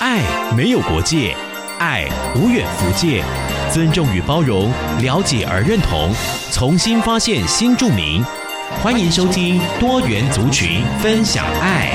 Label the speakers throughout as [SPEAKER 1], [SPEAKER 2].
[SPEAKER 1] 爱没有国界，爱无远弗届。尊重与包容，了解而认同，重新发现新著名。欢迎收听多元族群分享爱。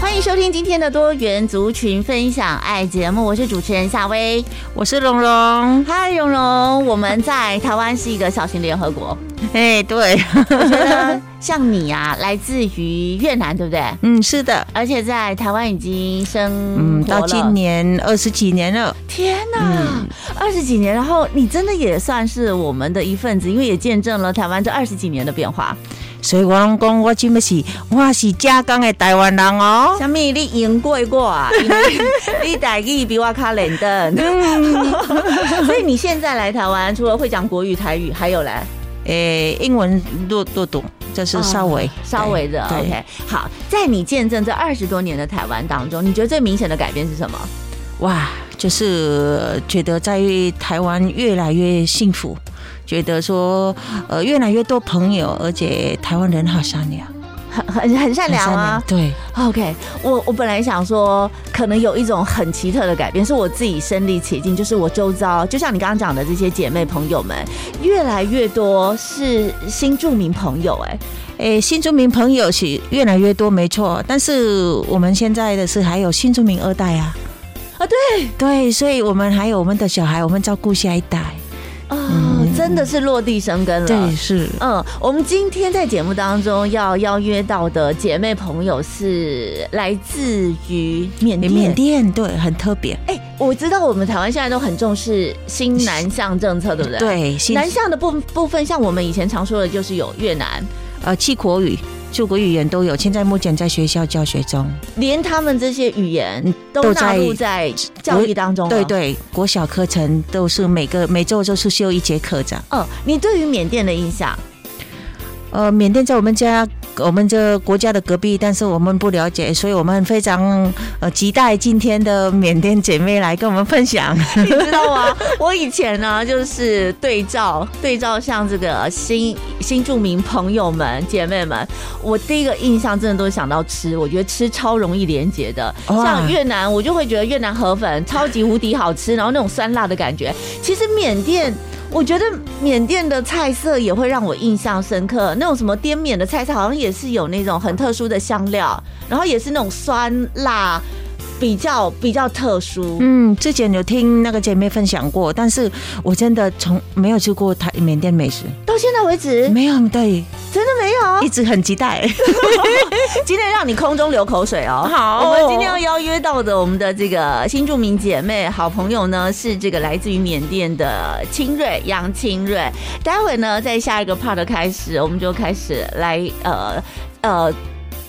[SPEAKER 2] 欢迎收听今天的多元族群分享爱节目，我是主持人夏薇。
[SPEAKER 3] 我是蓉蓉。
[SPEAKER 2] 嗨，蓉蓉，我们在台湾是一个小型联合国。
[SPEAKER 3] 哎，对，
[SPEAKER 2] 我觉得像你啊，来自于越南，对不对？
[SPEAKER 3] 嗯，是的，
[SPEAKER 2] 而且在台湾已经生
[SPEAKER 3] 嗯，
[SPEAKER 2] 活了
[SPEAKER 3] 到今年嗯二十几年了，
[SPEAKER 2] 天哪，二十几年，然后你真的也算是我们的一份子，因为也见证了台湾这二十几年的变化。
[SPEAKER 3] 所以我拢讲我真的是我是家港的台湾人哦。
[SPEAKER 2] 小米，你赢过过啊？因为你台语比我卡冷的，
[SPEAKER 3] 嗯
[SPEAKER 2] 所以你现在来台湾，除了会讲国语、台语，还有嘞
[SPEAKER 3] 诶，英文多多懂，就是稍微
[SPEAKER 2] 哦稍微的
[SPEAKER 3] 对
[SPEAKER 2] OK。好，在你见证这二十多年的台湾当中，你觉得最明显的改变是什么？
[SPEAKER 3] 哇，就是觉得在台湾越来越幸福，觉得说呃越来越多朋友，而且台湾人好善良，
[SPEAKER 2] 很很很善良啊
[SPEAKER 3] 很善良。对，
[SPEAKER 2] OK，我我本来想说，可能有一种很奇特的改变，是我自己身临其境，就是我周遭，就像你刚刚讲的这些姐妹朋友们，越来越多是新著名朋友、哎，
[SPEAKER 3] 诶，新住民朋友是越来越多，没错。但是我们现在的是还有新住民二代啊，
[SPEAKER 2] 啊
[SPEAKER 3] 对对，所以我们还有我们的小孩，我们照顾下一代。
[SPEAKER 2] 哦，真的是落地生根了。
[SPEAKER 3] 嗯对，啊哦是
[SPEAKER 2] 嗯，我们今天在节目当中要邀约到的姐妹朋友是来自于缅甸。
[SPEAKER 3] 缅甸，对，很特别。
[SPEAKER 2] 哎、我知道我们台湾现在都很重视新南向政策，对不对？。
[SPEAKER 3] 对，新
[SPEAKER 2] 南向的部部分，像我们以前常说的，就是有越南，
[SPEAKER 3] 呃七国语、诸国语言都有，现在目前在学校教学中。
[SPEAKER 2] 连他们这些语言
[SPEAKER 3] 嗯
[SPEAKER 2] 都
[SPEAKER 3] 都
[SPEAKER 2] 纳
[SPEAKER 3] 在
[SPEAKER 2] 入在教育当中。啊
[SPEAKER 3] 对。对，国小课程都是每个每周都是修一节课这样。
[SPEAKER 2] 哦，你对于缅甸的印象？
[SPEAKER 3] 呃，缅甸在我们家，我们这国家的隔壁，但是我们不了解，所以我们非常呃期待今天的缅甸姐妹来跟我们分享。
[SPEAKER 2] 你知道吗？ 我以前呢，就是对照对照像这个新新著名朋友们姐妹们，我第一个印象真的都是想到吃，我觉得吃超容易连结的。
[SPEAKER 3] 哇
[SPEAKER 2] 像越南，我就会觉得越南河粉超级无敌好吃，然后那种酸辣的感觉。其实缅甸。我觉得缅甸的菜色也会让我印象深刻，那种什么滇缅的菜色好像也是有那种很特殊的香料，然后也是那种酸辣，比较比较特殊。
[SPEAKER 3] 嗯， 之前有听那个姐妹分享过，但是我真的从没有吃过台缅甸美食，
[SPEAKER 2] 到现在为止，
[SPEAKER 3] 没有对，
[SPEAKER 2] 真的没有。
[SPEAKER 3] 一直很期待。
[SPEAKER 2] 今天让你空中流口水哦。
[SPEAKER 3] 好
[SPEAKER 2] 我们今天要邀约到的我们的这个新著名姐妹好朋友呢，是这个来自于缅甸的清瑞杨清瑞。待会呢，在下一个 part 开始，我们就开始来呃呃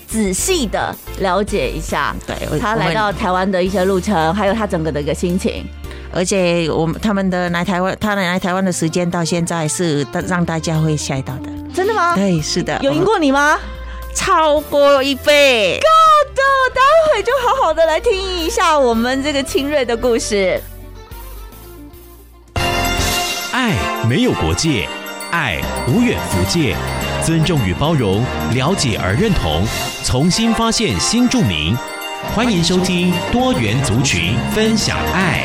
[SPEAKER 2] 仔细的了解一下。
[SPEAKER 3] 对， 我
[SPEAKER 2] 她来，到
[SPEAKER 3] 我
[SPEAKER 2] 台湾的一些路程，还有她整个的一个心情。
[SPEAKER 3] 们而且我们他们的来台湾，他们来台湾的时间到现在是让大家会吓到的。
[SPEAKER 2] 真的吗？
[SPEAKER 3] 对，是的，
[SPEAKER 2] 哦有赢过你吗？
[SPEAKER 3] 超过一倍。
[SPEAKER 2] 的，待会就好好的来听一下我们这个清瑞的故事。
[SPEAKER 1] 爱没有国界，爱无远弗届。尊重与包容，了解而认同，重新发现新著名。欢迎收听多元族群分享爱。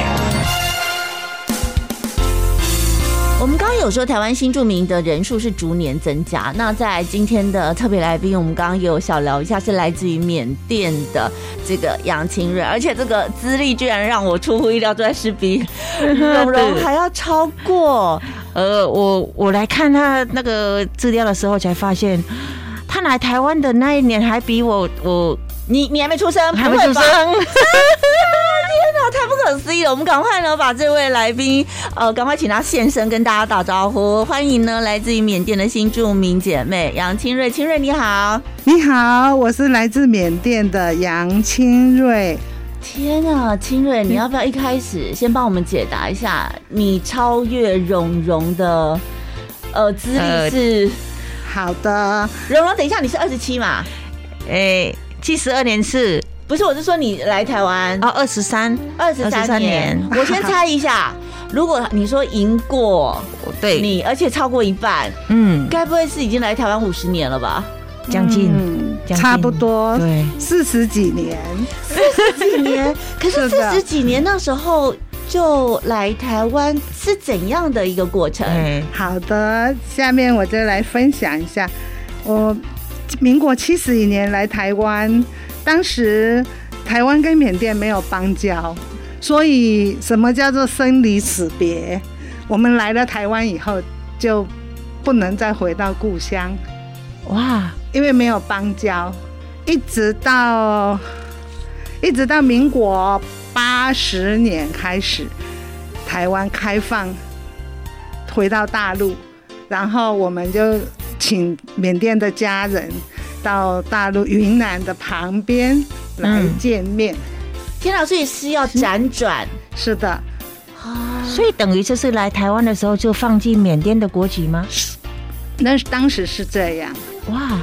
[SPEAKER 2] 我们刚刚有说台湾新住民的人数是逐年增加，那在今天的特别来宾，我们刚刚也有小聊一下，是来自于缅甸的这个杨清瑞，而且这个资历居然让我出乎意料，都在是比 蓉蓉还要超过，
[SPEAKER 3] 呃，我我来看他那个资料的时候，才发现他来台湾的那一年还比我我
[SPEAKER 2] 你你还没出生，
[SPEAKER 3] 还没
[SPEAKER 2] 不会
[SPEAKER 3] 出
[SPEAKER 2] 吧
[SPEAKER 3] 生。
[SPEAKER 2] 那太不可思议了！我们赶快呢把这位来宾，呃，赶快请他现身跟大家打招呼。欢迎呢来自于缅甸的新著名姐妹杨清瑞，清瑞你好。
[SPEAKER 4] 你好，我是来自缅甸的杨清瑞。
[SPEAKER 2] 天啊，清瑞，你要不要一开始先帮我们解答一下，你超越蓉蓉的呃资历
[SPEAKER 3] 呃
[SPEAKER 2] 是？
[SPEAKER 4] 好的，
[SPEAKER 2] 蓉蓉，等一下，你是二十七嘛？
[SPEAKER 3] 诶，哎七十二年是
[SPEAKER 2] 不是，我是说你来台湾
[SPEAKER 3] 哦，二十三，
[SPEAKER 2] 二十三年
[SPEAKER 3] 23年。
[SPEAKER 2] 我先猜一下，如果你说赢 过
[SPEAKER 3] 对，
[SPEAKER 2] 你，而且超过一半，
[SPEAKER 3] 嗯，
[SPEAKER 2] 该不会是已经来台湾五十年了吧？
[SPEAKER 3] 将近，
[SPEAKER 4] 嗯
[SPEAKER 3] 将近
[SPEAKER 4] 差不多
[SPEAKER 3] 对，
[SPEAKER 4] 四十几年，
[SPEAKER 2] 几年， 可是啊
[SPEAKER 4] 是
[SPEAKER 2] 四
[SPEAKER 4] 的
[SPEAKER 2] 十几年那时候就来台湾是怎样的一个过程？
[SPEAKER 3] 哎，
[SPEAKER 4] 好的，下面我就来分享一下，我民国七十一年来台湾，当时台湾跟缅甸没有邦交，所以什么叫做生离死别？我们来了台湾以后就不能再回到故乡，
[SPEAKER 3] 哇，
[SPEAKER 4] 因为没有邦交，一直到呃一直到民国八十年开始，台湾开放回到大陆，然后我们就请缅甸的家人到大陆云南的旁边来
[SPEAKER 3] 嗯
[SPEAKER 4] 见面。
[SPEAKER 2] 天老师也是要辗转
[SPEAKER 4] 是的，
[SPEAKER 2] 啊，
[SPEAKER 3] 所以等于就是来台湾的时候就放弃缅甸的国籍吗？
[SPEAKER 4] 那当时是这样。
[SPEAKER 3] 哇，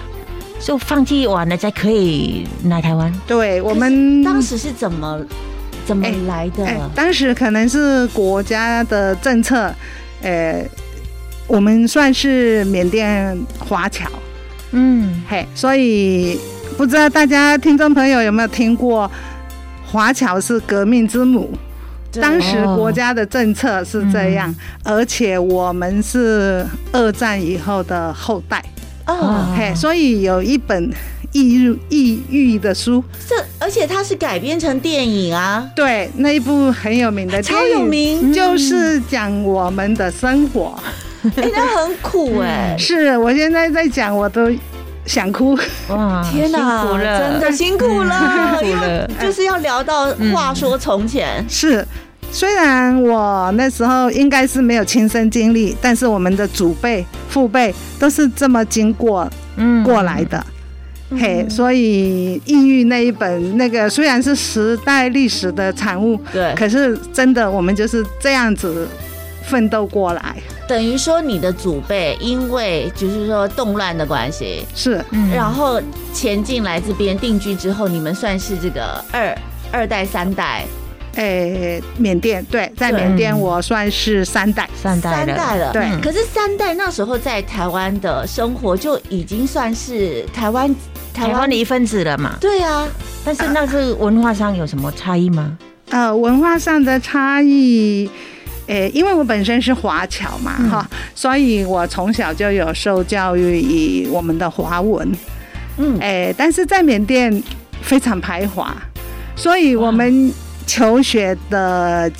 [SPEAKER 3] 就放弃完了才可以来台湾。
[SPEAKER 4] 对我们
[SPEAKER 2] 当时是怎么怎么
[SPEAKER 4] 哎
[SPEAKER 2] 来的？
[SPEAKER 4] 哎，当时可能是国家的政策，呃，我们算是缅甸华侨，
[SPEAKER 3] 嗯，
[SPEAKER 4] 嘿，所以不知道大家听众朋友有没有听过，华侨是革命之母。
[SPEAKER 2] 对哦
[SPEAKER 4] 当时国家的政策是这样，而且我们是二战以后的后代，
[SPEAKER 2] 哦，
[SPEAKER 3] 哦
[SPEAKER 4] 嘿，所以有一本抑郁抑郁的书，
[SPEAKER 2] 这而且它是改编成电影 啊，
[SPEAKER 4] 对，那一部很有名的电
[SPEAKER 2] 超
[SPEAKER 4] 影嗯
[SPEAKER 2] 有名，嗯
[SPEAKER 4] 就是讲我们的生活。
[SPEAKER 2] 哎，那很苦哎，
[SPEAKER 4] 是我现在在讲，我都想哭。
[SPEAKER 3] 哇，
[SPEAKER 2] 天
[SPEAKER 3] 哪，啊辛苦了，
[SPEAKER 2] 真的辛苦了，
[SPEAKER 3] 嗯辛
[SPEAKER 2] 因
[SPEAKER 3] 苦
[SPEAKER 2] 为
[SPEAKER 3] 了
[SPEAKER 2] 就是要聊到话说从前，
[SPEAKER 4] 是，虽然我那时候应该是没有亲身经历，但是我们的祖辈、父辈都是这么经过
[SPEAKER 3] 嗯
[SPEAKER 4] 过来的。
[SPEAKER 2] 嗯
[SPEAKER 4] 嘿，所以《抑郁》那一本，那个虽然是时代历史的产物，
[SPEAKER 2] 对，
[SPEAKER 4] 可是真的我们就是这样子奋斗过来。
[SPEAKER 2] 等于说你的祖辈因为就是说动乱的关系，
[SPEAKER 4] 是，
[SPEAKER 3] 嗯
[SPEAKER 2] 然后前进来这边定居之后，你们算是这个二二代、三代、
[SPEAKER 4] 诶、哎缅甸对，在缅甸
[SPEAKER 3] 对
[SPEAKER 4] 我算是三代。
[SPEAKER 3] 三代
[SPEAKER 2] 三
[SPEAKER 3] 了，
[SPEAKER 2] 代了。
[SPEAKER 4] 对
[SPEAKER 2] 可是三代那时候在台湾的生活就已经算是台湾台
[SPEAKER 3] 台湾的一份子了嘛。
[SPEAKER 2] 对啊，
[SPEAKER 3] 但是那是文化上有什么差异吗？
[SPEAKER 4] 呃，文化上的差异，诶，因为我本身是华侨嘛，
[SPEAKER 2] 嗯
[SPEAKER 4] 哈、所以我从小就有受教育以我们的华文，
[SPEAKER 2] 嗯，
[SPEAKER 4] 诶，但是在缅甸非常排华，所以我们求学的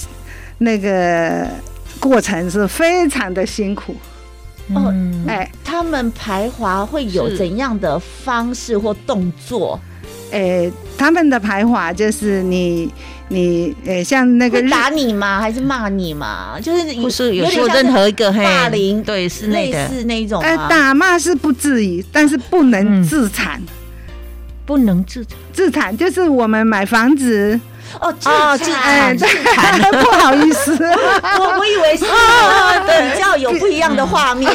[SPEAKER 4] 那个过程是非常的辛苦，
[SPEAKER 2] 哦
[SPEAKER 3] 嗯，
[SPEAKER 4] 哎、
[SPEAKER 2] 他们排华会有
[SPEAKER 3] 是
[SPEAKER 2] 怎样的方式或动作？
[SPEAKER 4] 诶，他们的排华就是你你诶，像那个
[SPEAKER 2] 会
[SPEAKER 4] 日
[SPEAKER 2] 打你吗？还是骂你吗？就是
[SPEAKER 3] 不是有
[SPEAKER 2] 有
[SPEAKER 3] 时候
[SPEAKER 2] 点像是
[SPEAKER 3] 任何一个嘿
[SPEAKER 2] 霸凌
[SPEAKER 3] 对室内
[SPEAKER 2] 类
[SPEAKER 3] 的
[SPEAKER 2] 似那一种
[SPEAKER 4] 呃
[SPEAKER 2] 吗？
[SPEAKER 4] 打骂是不至于，但是不能
[SPEAKER 3] 嗯
[SPEAKER 4] 自残。
[SPEAKER 3] 不能自产，
[SPEAKER 4] 自产就是我们买房子，
[SPEAKER 2] 哦，自
[SPEAKER 3] 哦自
[SPEAKER 2] 残
[SPEAKER 3] 残。
[SPEAKER 4] 对，不好意 思，
[SPEAKER 2] 我我以为是比较啊有不一样的画 面，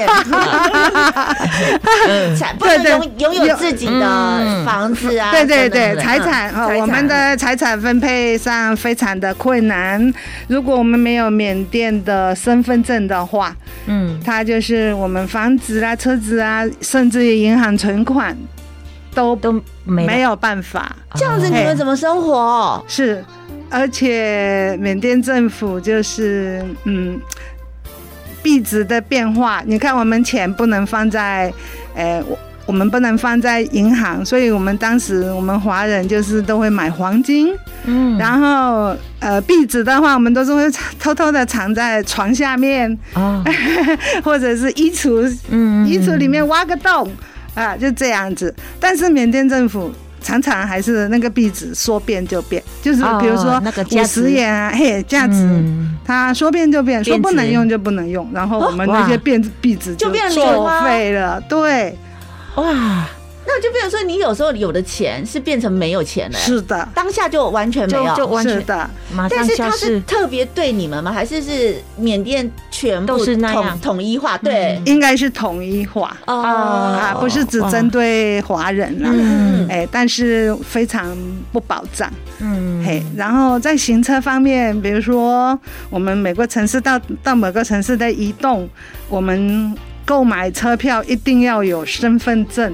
[SPEAKER 2] 才不能拥拥有自己的
[SPEAKER 3] 嗯
[SPEAKER 2] 房子 啊，
[SPEAKER 4] 对
[SPEAKER 2] 等
[SPEAKER 4] 对对，
[SPEAKER 2] 等的嗯
[SPEAKER 4] 财产哦
[SPEAKER 2] 财，产
[SPEAKER 4] 我们的财产分配上非常的困难。如果我们没有缅甸的身份证的话，
[SPEAKER 3] 嗯，
[SPEAKER 4] 它就是我们房子啊、车子啊，甚至于银行存款都
[SPEAKER 3] 都没了
[SPEAKER 4] 没有办法。
[SPEAKER 2] 这样子你们怎么生活？
[SPEAKER 4] 是，而且缅甸政府就是嗯。币值的变化，你看我们钱不能放在，呃，我我们不能放在银行，所以我们当时我们华人就是都会买黄金，
[SPEAKER 3] 嗯，
[SPEAKER 4] 然后呃币值的话，我们都是会偷偷的藏在床下面，
[SPEAKER 3] 啊，
[SPEAKER 4] 或者是衣橱
[SPEAKER 3] 嗯，
[SPEAKER 4] 衣橱里面挖个洞啊，就这样子。但是缅甸政府常常还是那个币值说变就变，就是
[SPEAKER 3] 哦
[SPEAKER 4] 比如说
[SPEAKER 3] 那个价
[SPEAKER 4] 五
[SPEAKER 3] 值
[SPEAKER 4] 十元啊，嘿，价值。
[SPEAKER 3] 嗯
[SPEAKER 4] 它说变就变，说
[SPEAKER 3] 变值
[SPEAKER 4] 不能用就不能用，然后我们
[SPEAKER 3] 哦
[SPEAKER 4] 那些
[SPEAKER 3] 哇
[SPEAKER 4] 变币值
[SPEAKER 2] 就变零
[SPEAKER 4] 作
[SPEAKER 2] 了
[SPEAKER 4] 废了。对，
[SPEAKER 3] 哇，
[SPEAKER 2] 那就变成说你有时候有的钱是变成没有钱了，
[SPEAKER 4] 是的，
[SPEAKER 2] 当下就完全没
[SPEAKER 3] 就就
[SPEAKER 2] 有。
[SPEAKER 3] 完
[SPEAKER 4] 是
[SPEAKER 3] 全
[SPEAKER 4] 的，
[SPEAKER 3] 马
[SPEAKER 2] 但
[SPEAKER 3] 上
[SPEAKER 2] 是
[SPEAKER 3] 消
[SPEAKER 2] 他是
[SPEAKER 3] 失，
[SPEAKER 2] 特别对你们吗？还是是缅甸全部
[SPEAKER 3] 都是那
[SPEAKER 2] 统
[SPEAKER 3] 样
[SPEAKER 2] 统一化？对，
[SPEAKER 4] 应该是统一化
[SPEAKER 2] 哦
[SPEAKER 4] 啊，不是只
[SPEAKER 3] 哇
[SPEAKER 4] 针对华人啦。
[SPEAKER 2] 嗯
[SPEAKER 4] 哎，但是非常不保障。
[SPEAKER 3] 嗯
[SPEAKER 4] 嘿，然后在行车方面，比如说我们每个城市到到某个城市的移动，我们购买车票一定要有身份证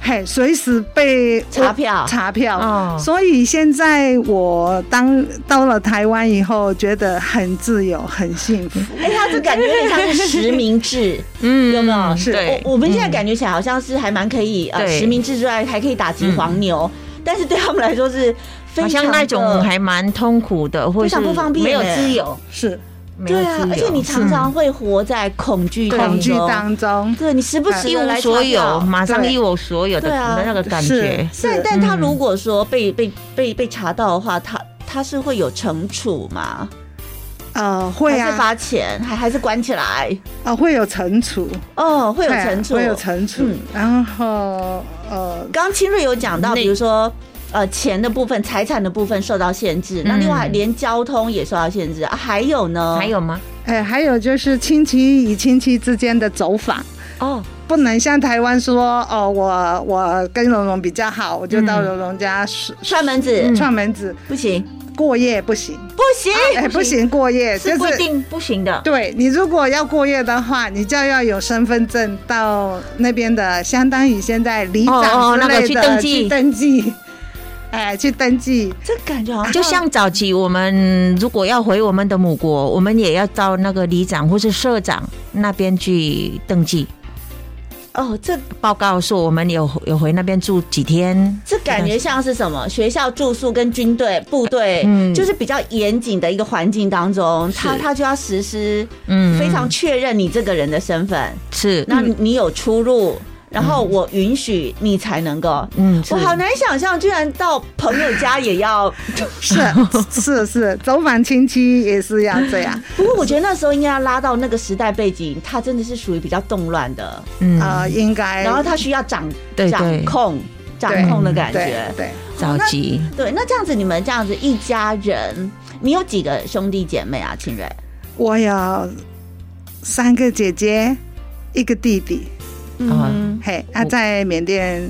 [SPEAKER 4] 嘿，随时被
[SPEAKER 2] 查票
[SPEAKER 4] 查票。
[SPEAKER 3] 哦
[SPEAKER 4] 所以现在我当到了台湾以后，觉得很自由，很 幸福。
[SPEAKER 2] 哎，他这感觉有点像是实名制，
[SPEAKER 3] 嗯
[SPEAKER 2] 有没有？哦
[SPEAKER 4] 是
[SPEAKER 3] 对嗯
[SPEAKER 2] 我我们现在感觉起来好像是还蛮可以，呃，
[SPEAKER 3] 对嗯
[SPEAKER 2] 实名制之外还可以打击黄牛，但是对他们来说是非
[SPEAKER 3] 好
[SPEAKER 2] 常
[SPEAKER 3] 像那种
[SPEAKER 2] 的
[SPEAKER 3] 还蛮痛苦的，或
[SPEAKER 2] 非
[SPEAKER 3] 是
[SPEAKER 2] 常不方便
[SPEAKER 3] 没有
[SPEAKER 2] 耶
[SPEAKER 3] 自由，
[SPEAKER 4] 是
[SPEAKER 3] 没有
[SPEAKER 2] 对
[SPEAKER 3] 自
[SPEAKER 2] 啊
[SPEAKER 3] 由，，嗯
[SPEAKER 2] 而且你常常会活在恐惧
[SPEAKER 3] 对
[SPEAKER 4] 恐惧
[SPEAKER 2] 中
[SPEAKER 4] 当中，
[SPEAKER 2] 对你时不时
[SPEAKER 3] 一
[SPEAKER 2] 地
[SPEAKER 3] 无
[SPEAKER 2] 来
[SPEAKER 3] 所
[SPEAKER 2] 查票
[SPEAKER 3] 有，马上
[SPEAKER 4] 对
[SPEAKER 3] 一无所有的
[SPEAKER 2] 对啊
[SPEAKER 3] 那个感
[SPEAKER 4] 是
[SPEAKER 3] 觉，
[SPEAKER 2] 但
[SPEAKER 4] 是，
[SPEAKER 2] 但他
[SPEAKER 3] 嗯
[SPEAKER 2] 如果说被被被被查到的话，他他是会有惩处吗？
[SPEAKER 4] 呃，会
[SPEAKER 2] 还是
[SPEAKER 4] 啊，
[SPEAKER 2] 罚钱，还还是关起来？
[SPEAKER 4] 呃，会有惩处，
[SPEAKER 2] 哦，会有
[SPEAKER 4] 对啊
[SPEAKER 2] 惩处，
[SPEAKER 4] 会有惩处
[SPEAKER 2] 嗯。
[SPEAKER 4] 然后呃，
[SPEAKER 2] 刚刚清瑞有讲到，
[SPEAKER 3] 那
[SPEAKER 2] 比如说呃钱的部分、财产的部分受到限制，那
[SPEAKER 3] 嗯
[SPEAKER 2] 另外连交通也受到限制，啊、还有呢？
[SPEAKER 3] 还有吗？
[SPEAKER 4] 哎，还有就是亲戚与亲戚之间的走访。
[SPEAKER 3] 哦，
[SPEAKER 4] 不能像台湾说哦，我我跟蓉蓉比较好，我就到蓉蓉家是
[SPEAKER 2] 串门子、
[SPEAKER 3] 嗯啊
[SPEAKER 4] 串门子
[SPEAKER 2] 不行，
[SPEAKER 4] 过夜不行，
[SPEAKER 2] 不行，
[SPEAKER 4] 哎，不行过夜就是
[SPEAKER 3] 规
[SPEAKER 4] 是。
[SPEAKER 3] 定不行的，
[SPEAKER 4] 对你如果要过夜的话，你就要有身份证到那边的，相当于现在里
[SPEAKER 3] 哦
[SPEAKER 4] 长
[SPEAKER 3] 哦
[SPEAKER 4] 之
[SPEAKER 3] 那个
[SPEAKER 4] 类
[SPEAKER 3] 去
[SPEAKER 4] 的、
[SPEAKER 3] 登
[SPEAKER 4] 去
[SPEAKER 3] 记
[SPEAKER 4] 登记， 哎，去登记，
[SPEAKER 2] 这感觉好像
[SPEAKER 3] 就像早期我们如果要回我们的母国，我们也要到那个里长或是社长那边去登记，
[SPEAKER 2] 哦，这
[SPEAKER 3] 报告说我们有有回那边住几天。
[SPEAKER 2] 这感觉像是什么？学校住宿跟军队、部队，
[SPEAKER 3] 嗯
[SPEAKER 2] 就是比较严谨的一个环境当中，
[SPEAKER 3] 是
[SPEAKER 2] 他他就要实施，
[SPEAKER 3] 嗯
[SPEAKER 2] 非常确认你这个人的身份，
[SPEAKER 3] 是，
[SPEAKER 2] 那你你有出入，然后我允许你才能够。
[SPEAKER 3] 嗯，是
[SPEAKER 2] 我好难想象，居然到朋友家也要。
[SPEAKER 4] 是是是，走访亲戚也是要这样，
[SPEAKER 2] 不过我觉得那时候应该要拉到那个时代背景，它真的是属于比较动乱的，
[SPEAKER 3] 嗯
[SPEAKER 4] 呃，应该
[SPEAKER 2] 然后它需要掌
[SPEAKER 3] 对
[SPEAKER 2] 掌
[SPEAKER 3] 对
[SPEAKER 2] 控掌控的感
[SPEAKER 4] 对
[SPEAKER 2] 觉。
[SPEAKER 4] 对，
[SPEAKER 3] 着急。
[SPEAKER 2] 对，那这样子你们这样子一家人，你有几个兄弟姐妹啊？清蕊？
[SPEAKER 4] 我有三个姐姐，一个弟弟。
[SPEAKER 2] 嗯，
[SPEAKER 4] 嘿，啊，
[SPEAKER 3] 我
[SPEAKER 4] 在缅甸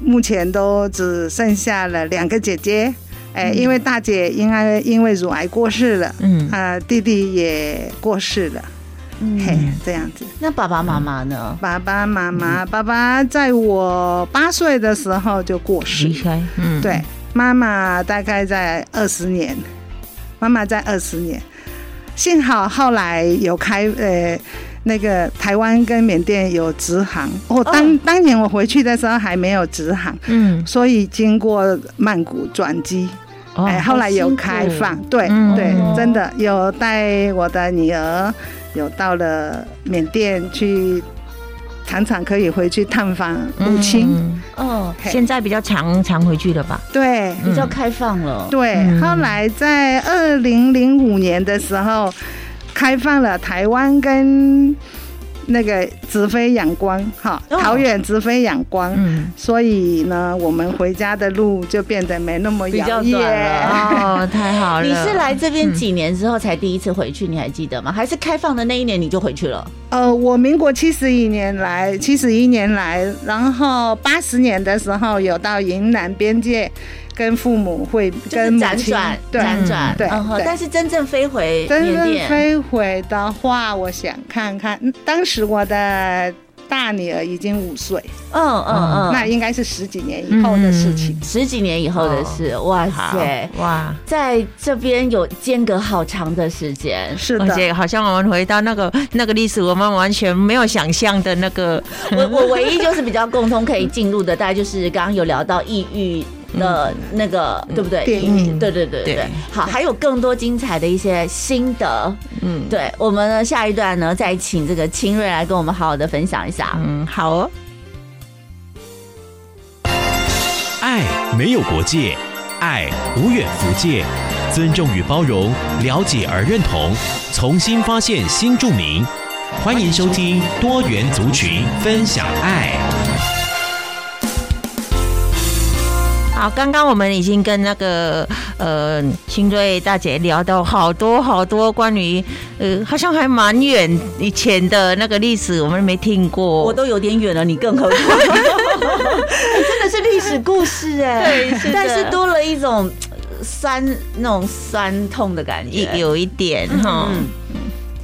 [SPEAKER 4] 目前都只剩下了两个姐姐。哎，因为大姐应该因为乳癌过世了，
[SPEAKER 3] 嗯
[SPEAKER 4] 啊，弟弟也过世了，嘿，这样子。
[SPEAKER 2] 那爸爸妈妈呢？
[SPEAKER 4] 爸爸妈妈，爸爸在我八岁的时候就过世
[SPEAKER 3] 离，开，嗯，
[SPEAKER 4] 对，妈妈大概在二十年，妈妈在二十年，幸好后来有开呃。那个台湾跟缅甸有直航，哦，当、当年我回去的时候还没有直航，
[SPEAKER 3] 嗯，
[SPEAKER 4] 所以经过曼谷转机，
[SPEAKER 3] 哦
[SPEAKER 4] 哎，后来有开放，对、
[SPEAKER 3] 嗯
[SPEAKER 4] 对
[SPEAKER 2] 哦，
[SPEAKER 4] 真的有带我的女儿，有到了缅甸去，常常可以回去探访母亲，
[SPEAKER 3] 嗯
[SPEAKER 2] 哦，
[SPEAKER 4] 嘿
[SPEAKER 3] 现在比较常常回去了吧？
[SPEAKER 4] 对，
[SPEAKER 2] 比较开放了。
[SPEAKER 4] 对，
[SPEAKER 3] 嗯
[SPEAKER 4] 后来在二零零五年的时候，开放了台湾跟那个直飞仰光，哈，
[SPEAKER 2] 哦
[SPEAKER 4] 桃园直飞仰光。
[SPEAKER 3] 嗯，
[SPEAKER 4] 所以呢，我们回家的路就变得没那么
[SPEAKER 2] 比较
[SPEAKER 4] 遥
[SPEAKER 2] 短
[SPEAKER 4] 远。
[SPEAKER 2] 了
[SPEAKER 3] 哦，太好了。
[SPEAKER 4] 嗯
[SPEAKER 2] 你是来这边几年之后才第一次回去？你还记得吗？还是开放的那一年你就回去了？
[SPEAKER 4] 呃，我民国七十一年来，七十一年来，然后八十年的时候有到云南边界，跟父母会
[SPEAKER 2] 就是
[SPEAKER 4] 跟母
[SPEAKER 2] 辗
[SPEAKER 4] 亲
[SPEAKER 2] 转，
[SPEAKER 4] 对
[SPEAKER 2] 辗转，
[SPEAKER 4] 对
[SPEAKER 2] 嗯哼
[SPEAKER 4] 对
[SPEAKER 2] 但是真正飞回
[SPEAKER 4] 真
[SPEAKER 2] 缅
[SPEAKER 4] 正
[SPEAKER 2] 甸，
[SPEAKER 4] 飞回的话，我想看看，嗯当时我的大女儿已经五岁，
[SPEAKER 2] 嗯嗯
[SPEAKER 4] 那
[SPEAKER 2] 嗯，
[SPEAKER 4] 应该是十几年以后的事情。
[SPEAKER 3] 嗯
[SPEAKER 2] 十几年以后的事，
[SPEAKER 4] 哦
[SPEAKER 2] 哇
[SPEAKER 3] 好
[SPEAKER 2] 塞，
[SPEAKER 3] 哇，
[SPEAKER 2] 在这边有间隔好长的时间。
[SPEAKER 4] 是
[SPEAKER 3] 而
[SPEAKER 4] 的，
[SPEAKER 3] 且好像我们回到那个那个历史，我们完全没有想象的那个，
[SPEAKER 2] 我我唯一就是比较共通可以进入的，大概就是刚刚有聊到抑郁的那个，对不对？
[SPEAKER 4] 电
[SPEAKER 2] 抑郁
[SPEAKER 3] 影
[SPEAKER 2] 对对对对嗯对
[SPEAKER 3] 对。
[SPEAKER 2] 好，还有更多精彩的一些心得。
[SPEAKER 3] 嗯，
[SPEAKER 2] 对我们呢，下一段呢，再请这个清瑞来跟我们好好的分享一下。
[SPEAKER 3] 嗯，好哦。
[SPEAKER 1] 爱没有国界，爱无远弗届。尊重与包容，了解而认同，重新发现新著名。欢迎收听多元族群分享爱。
[SPEAKER 3] 好，刚刚我们已经跟那个呃清瑞大姐聊到好多好多关于呃，好像还蛮远以前的那个历史，我们没听过。
[SPEAKER 2] 我都有点远了，你更何况， 真的是历史故事哎。
[SPEAKER 3] 对是的
[SPEAKER 2] 但是多了一种呃酸那种酸痛的感
[SPEAKER 3] 一
[SPEAKER 2] 觉。
[SPEAKER 3] 有一点哈，
[SPEAKER 2] 嗯，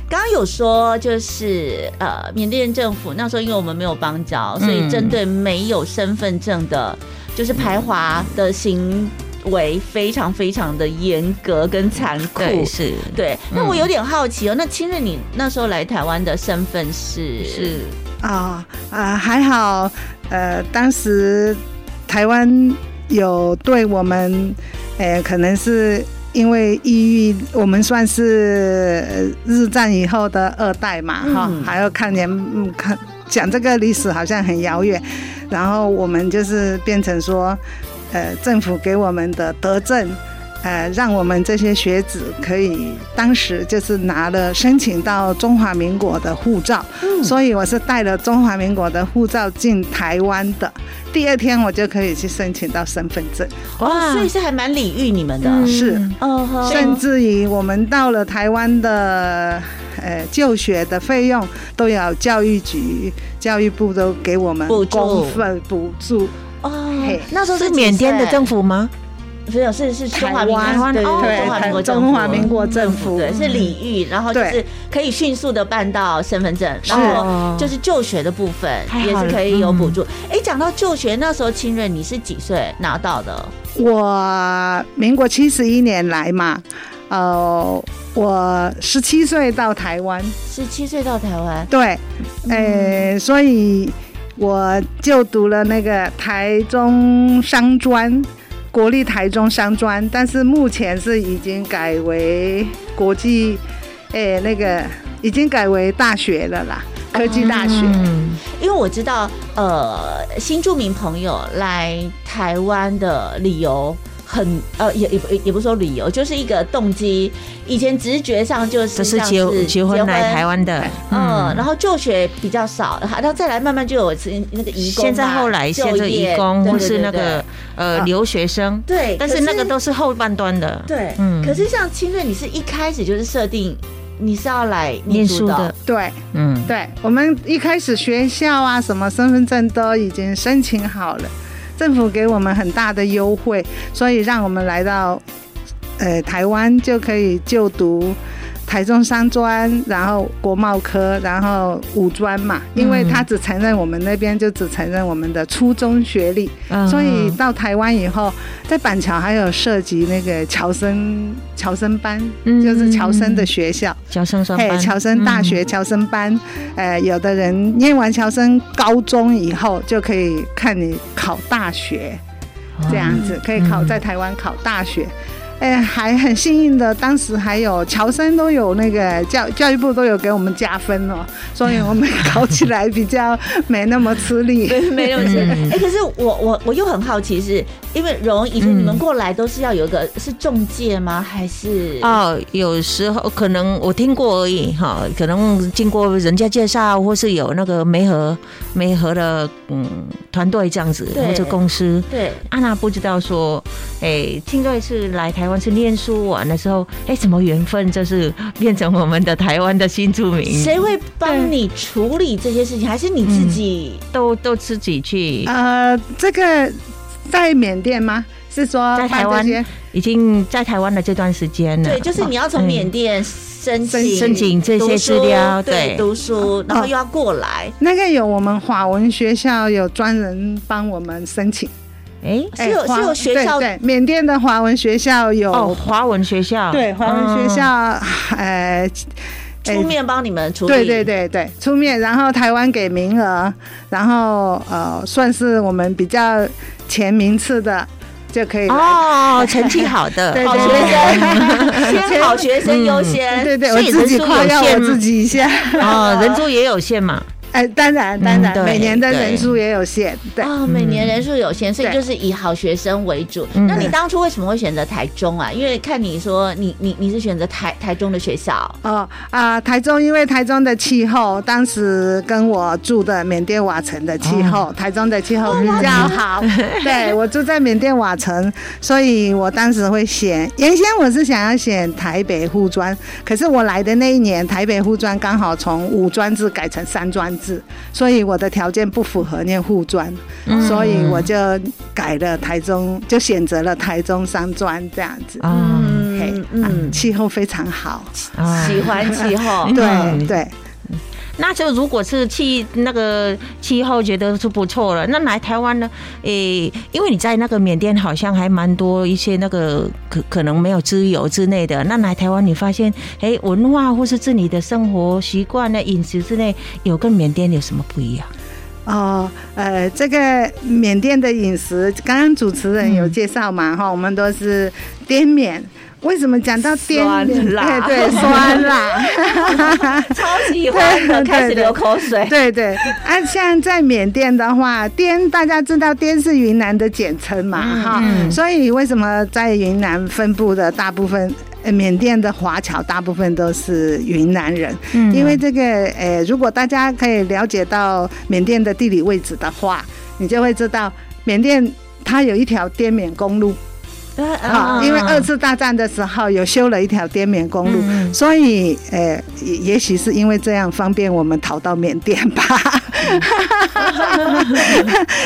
[SPEAKER 2] 刚刚有说就是呃，缅甸政府那时候因为我们没有邦交，所以
[SPEAKER 3] 嗯
[SPEAKER 2] 针对没有身份证的，就是排华的行为非常非常的严格跟残酷。
[SPEAKER 3] 对是
[SPEAKER 2] 对，那我
[SPEAKER 3] 嗯
[SPEAKER 2] 有点好奇哦，那清瑞你那时候来台湾的身份是
[SPEAKER 3] 是
[SPEAKER 4] 啊啊，还好，呃，当时台湾有对我们，呃，可能是因为抑郁，我们算是呃日战以后的二代嘛，哈、
[SPEAKER 2] 嗯
[SPEAKER 4] 还要看年，嗯，看讲这个历史好像很遥远，然后我们就是变成说，呃，政府给我们的德政。呃，让我们这些学子可以当时就是拿了申请到中华民国的护照，
[SPEAKER 2] 嗯
[SPEAKER 4] 所以我是带了中华民国的护照进台湾的。第二天我就可以去申请到身份证，
[SPEAKER 2] 哦，所以是还蛮礼遇你们的，
[SPEAKER 3] 嗯
[SPEAKER 4] 是
[SPEAKER 2] 哦呵
[SPEAKER 4] 甚至于我们到了台湾的呃就学的费用都有教育局、教育部都给我们
[SPEAKER 2] 补助
[SPEAKER 4] 公费补助。
[SPEAKER 2] 哦
[SPEAKER 4] 嘿，
[SPEAKER 2] 那时候
[SPEAKER 3] 是
[SPEAKER 2] 几
[SPEAKER 3] 缅甸的
[SPEAKER 2] 岁
[SPEAKER 3] 政府吗？
[SPEAKER 2] 没有，是是中华民
[SPEAKER 4] 台
[SPEAKER 2] 国，
[SPEAKER 4] 湾
[SPEAKER 2] 对
[SPEAKER 3] 哦
[SPEAKER 2] 对，中华民国
[SPEAKER 4] 对
[SPEAKER 2] 政府
[SPEAKER 4] 中华民国政府
[SPEAKER 2] 对，是礼遇，然后就
[SPEAKER 4] 对
[SPEAKER 2] 是可以迅速的办到身份证，
[SPEAKER 4] 是
[SPEAKER 2] 然后就是就学的部分
[SPEAKER 3] 太好
[SPEAKER 2] 也
[SPEAKER 3] 了
[SPEAKER 2] 是可以有补助。哎，讲到就学，那时候清润你是几岁拿到的？
[SPEAKER 4] 我民国七十一年来嘛，呃，我十七岁到台湾，
[SPEAKER 2] 十七岁到台湾，
[SPEAKER 4] 对，呃，所以我就读了那个台中商专，国立台中商专，但是目前是已经改为国际，呃，那个已经改为大学了啦，科技大学。
[SPEAKER 3] 嗯，
[SPEAKER 2] 因为我知道，呃，新住民朋友来台湾的理由很，呃，也也不也不是说理由，就是一个动机。以前直觉上就是
[SPEAKER 3] 这是
[SPEAKER 2] 像
[SPEAKER 3] 结结婚来台湾的，
[SPEAKER 2] 嗯，然后就学比较少，然后再来慢慢就有那个移工嘛，
[SPEAKER 3] 现在后来现在义工
[SPEAKER 2] 就业
[SPEAKER 3] 或是那个呃
[SPEAKER 4] 啊
[SPEAKER 3] 留学生，
[SPEAKER 2] 对对对对，
[SPEAKER 3] 但是
[SPEAKER 2] 可
[SPEAKER 3] 那个都是后半端的，
[SPEAKER 2] 对，
[SPEAKER 3] 嗯
[SPEAKER 2] 可是像清瑞，你是一开始就是设定你是要来
[SPEAKER 3] 念
[SPEAKER 2] 书
[SPEAKER 3] 书的，，
[SPEAKER 4] 对
[SPEAKER 3] 嗯，
[SPEAKER 4] 对，我们一开始学校啊，什么身份证都已经申请好了，政府给我们很大的优惠，所以让我们来到呃台湾就可以就读台中商专，然后国贸科，然后五专嘛，
[SPEAKER 3] 嗯
[SPEAKER 4] 因为他只承认我们那边就只承认我们的初中学历，
[SPEAKER 3] 嗯
[SPEAKER 4] 所以到台湾以后，在板桥还有涉及那个侨生侨生班，
[SPEAKER 3] 嗯
[SPEAKER 4] 就是侨生的学校。
[SPEAKER 3] 侨生双
[SPEAKER 4] 嘿，
[SPEAKER 3] 班，嗯
[SPEAKER 4] 侨生大学、侨生班，呃，有的人念完侨生高中以后，就可以看你考大学，
[SPEAKER 3] 嗯
[SPEAKER 4] 这样子可以考
[SPEAKER 3] 嗯
[SPEAKER 4] 在台湾考大学。哎，还很幸运的，当时还有侨生都有那个教教育部都有给我们加分哦，所以我们考起来比较没那么 吃力。
[SPEAKER 2] 对，没有是。
[SPEAKER 3] 嗯
[SPEAKER 2] 哎、可是我我我又很好奇是，因为荣以前
[SPEAKER 3] 嗯
[SPEAKER 2] 你们过来都是要有一个是中介吗？还是
[SPEAKER 3] 哦，有时候可能我听过而已哈，可能经过人家介绍，或是有那个媒合媒合的嗯团队这样子，
[SPEAKER 2] 对
[SPEAKER 3] 或者公司。
[SPEAKER 2] 对，
[SPEAKER 3] 安娜不知道说，哎、听说是来台湾是念书玩的时候，哎、什么缘分，就是变成我们的台湾的新住民，
[SPEAKER 2] 谁会帮你处理这些事情？还是你自己？
[SPEAKER 3] 都都自己去，
[SPEAKER 4] 呃，这个在缅甸吗？是说
[SPEAKER 3] 在台
[SPEAKER 4] 办啊这
[SPEAKER 3] 湾
[SPEAKER 4] 些
[SPEAKER 3] 已经在台湾的这段时间了。
[SPEAKER 2] 对，就是你要从
[SPEAKER 3] 嗯
[SPEAKER 2] 缅甸申请
[SPEAKER 3] 申请这些资料
[SPEAKER 2] 读书对，
[SPEAKER 3] 对哦
[SPEAKER 2] 读书，然后又要过来，
[SPEAKER 4] 那个有我们华文学校有专人帮我们申请。
[SPEAKER 3] 哎、
[SPEAKER 2] 是有
[SPEAKER 4] 华
[SPEAKER 2] 是有学校
[SPEAKER 4] 对对，缅甸的华文学校有、
[SPEAKER 3] 哦，华文学校，
[SPEAKER 4] 对华文学校，
[SPEAKER 3] 嗯
[SPEAKER 4] 呃，
[SPEAKER 2] 出面帮你们处理。
[SPEAKER 4] 对对对对，出面，然后台湾给名额，然后呃，算是我们比较前名次的就可以来。
[SPEAKER 3] 哦，成绩好的，
[SPEAKER 4] 对
[SPEAKER 2] 好
[SPEAKER 4] 对嗯
[SPEAKER 2] 学 生，先好学生优先。
[SPEAKER 4] 对对，
[SPEAKER 3] 所
[SPEAKER 4] 我
[SPEAKER 3] 以
[SPEAKER 4] 自己
[SPEAKER 3] 人数有
[SPEAKER 4] 夸耀我
[SPEAKER 3] 限
[SPEAKER 4] 自己一下。
[SPEAKER 3] 哦，人数也有限嘛，
[SPEAKER 4] 哎，当然当然，
[SPEAKER 3] 嗯对
[SPEAKER 4] 每年的人
[SPEAKER 3] 对哦
[SPEAKER 4] 数也有限。对，
[SPEAKER 2] 啊、每年人数有限，所以就是以好学生为主。
[SPEAKER 3] 嗯
[SPEAKER 2] 那你当初为什么会选择台中啊？因为看你说你你你是选择台台中的学校，
[SPEAKER 4] 哦啊、台中因为台中的气候，当时跟我住的缅甸瓦城的气候，
[SPEAKER 3] 哦
[SPEAKER 4] 台中的气候比较好。对我住在缅甸瓦城，所以我当时会选。原先我是想要选台北护专，可是我来的那一年，台北护专刚好从五专制改成三专制，所以我的条件不符合念护专，所以我就改了台中，就选择了台中三专这样子。
[SPEAKER 3] 啊，
[SPEAKER 2] 嗯，嗯嗯，
[SPEAKER 4] 气候非常好。
[SPEAKER 3] 啊
[SPEAKER 2] 喜欢气候
[SPEAKER 3] 嗯，
[SPEAKER 4] 对对，
[SPEAKER 3] 那就如果是气那个气候觉得是不错了，那来台湾呢？诶、因为你在那个缅甸好像还蛮多一些那个可可能没有自由之类的，那来台湾你发现诶、文化或是自己的生活习惯呢、饮食之类，有跟缅甸有什么不一样？
[SPEAKER 4] 哦，呃，这个缅甸的饮食，刚刚主持人有介绍嘛，哈、我们都是滇缅。为什么讲到滇缅？哎
[SPEAKER 2] 酸辣
[SPEAKER 4] 对 对，酸辣。
[SPEAKER 2] 超喜欢的，
[SPEAKER 4] 对对
[SPEAKER 2] 开始流口水。
[SPEAKER 4] 对对，啊，像在缅甸的话，滇大家知道滇是云南的简称嘛，哈、所以为什么在云南分布的大部分？呃缅甸的华侨大部分都是云南人，
[SPEAKER 3] 嗯
[SPEAKER 4] 因为这个，呃，如果大家可以了解到缅甸的地理位置的话，你就会知道缅甸它有一条滇缅公路，
[SPEAKER 2] 嗯
[SPEAKER 3] 嗯
[SPEAKER 4] 啊，因为二次大战的时候有修了一条滇缅公路，
[SPEAKER 3] 嗯
[SPEAKER 4] 所以呃，也也许是因为这样方便我们逃到缅甸吧。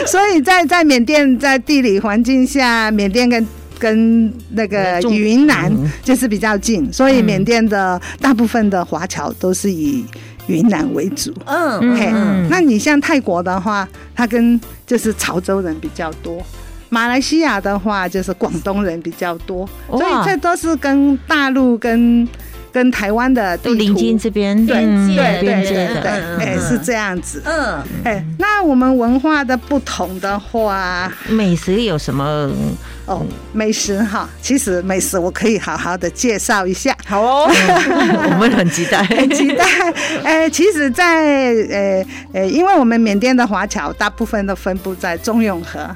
[SPEAKER 4] 所以在在缅甸在地理环境下，缅甸跟跟那个
[SPEAKER 3] 中
[SPEAKER 4] 云南
[SPEAKER 3] 嗯
[SPEAKER 4] 就是比较近，所以
[SPEAKER 3] 嗯
[SPEAKER 4] 缅甸的大部分的华侨都是以云南为主。
[SPEAKER 2] 嗯，
[SPEAKER 4] 嘿，
[SPEAKER 3] 嗯
[SPEAKER 4] 那你像泰国的话，它跟就是潮州人比较多。马来西亚的话，就是广东人比较多，
[SPEAKER 3] 哇
[SPEAKER 4] 所以这都是跟大陆跟跟台湾的地
[SPEAKER 3] 都
[SPEAKER 4] 图
[SPEAKER 3] 临近这边，
[SPEAKER 4] 对
[SPEAKER 3] 嗯
[SPEAKER 2] 对
[SPEAKER 3] 边
[SPEAKER 2] 对
[SPEAKER 3] 界
[SPEAKER 2] 对
[SPEAKER 3] 的
[SPEAKER 4] 对，
[SPEAKER 2] 嗯嗯
[SPEAKER 4] 哎、
[SPEAKER 2] 嗯
[SPEAKER 4] 是这样子。
[SPEAKER 2] 嗯，
[SPEAKER 4] 哎、那我们文化的不同的话，
[SPEAKER 3] 美食有什么？
[SPEAKER 4] 哦，美食哈，其实美食我可以好好的介绍一下。
[SPEAKER 3] 好哦，我们很期待，很
[SPEAKER 4] 期待。呃，其实在，呃呃，因为我们缅甸的华侨大部分都分布在中永和，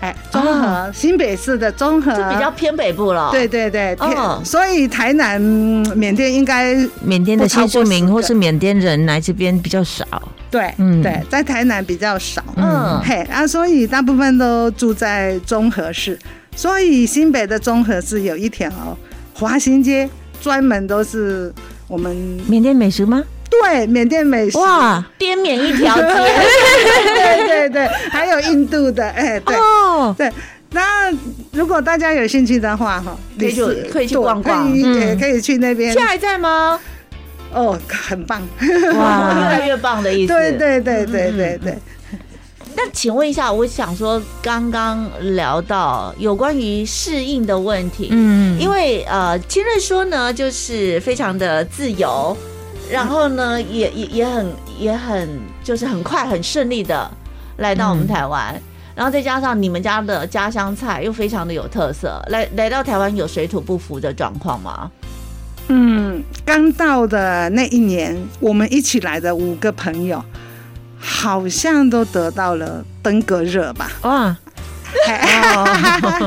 [SPEAKER 4] 哎，中和、新北市的中和，
[SPEAKER 2] 哦就比较偏北部了。
[SPEAKER 4] 对，对对，偏
[SPEAKER 2] 嗯
[SPEAKER 4] 所以台南、嗯缅甸应该
[SPEAKER 3] 缅甸的新住民或是缅甸人来这边比较少，
[SPEAKER 4] 对、
[SPEAKER 3] 嗯
[SPEAKER 4] 对，在台南比较少，
[SPEAKER 2] 嗯
[SPEAKER 4] 嘿啊，所以大部分都住在中和市，所以新北的中和市有一条华新街，专门都是我们
[SPEAKER 3] 缅甸美食吗？
[SPEAKER 4] 对缅甸美食。
[SPEAKER 3] 哇
[SPEAKER 2] 滇缅一条街，
[SPEAKER 4] 对对对，还有印度的，哎，对、
[SPEAKER 3] 哦，
[SPEAKER 4] 对。那如果大家有兴趣的话，哈，
[SPEAKER 2] 可以去
[SPEAKER 4] 你是
[SPEAKER 2] 可以去逛逛
[SPEAKER 4] 可以也
[SPEAKER 3] 嗯
[SPEAKER 4] 可以去那边
[SPEAKER 2] 现在，还在吗？
[SPEAKER 4] 哦，很棒。
[SPEAKER 2] 越
[SPEAKER 3] 哇，
[SPEAKER 2] 来越棒的意思。
[SPEAKER 4] 啊对对对对对对，
[SPEAKER 2] 那请问一下，我想说，刚刚聊到有关于适应的问题，
[SPEAKER 3] 嗯，
[SPEAKER 2] 因为呃，金瑞说呢，就是非常的自由，然后呢，也也也很也很就是很快很顺利的来到我们
[SPEAKER 3] 嗯
[SPEAKER 2] 台湾。然后再加上你们家的家乡菜又非常的有特色，来来到台湾有水土不服的状况吗？
[SPEAKER 4] 嗯，刚到的那一年，我们一起来的五个朋友，好像都得到了登革热吧。
[SPEAKER 3] 哇，
[SPEAKER 4] 哎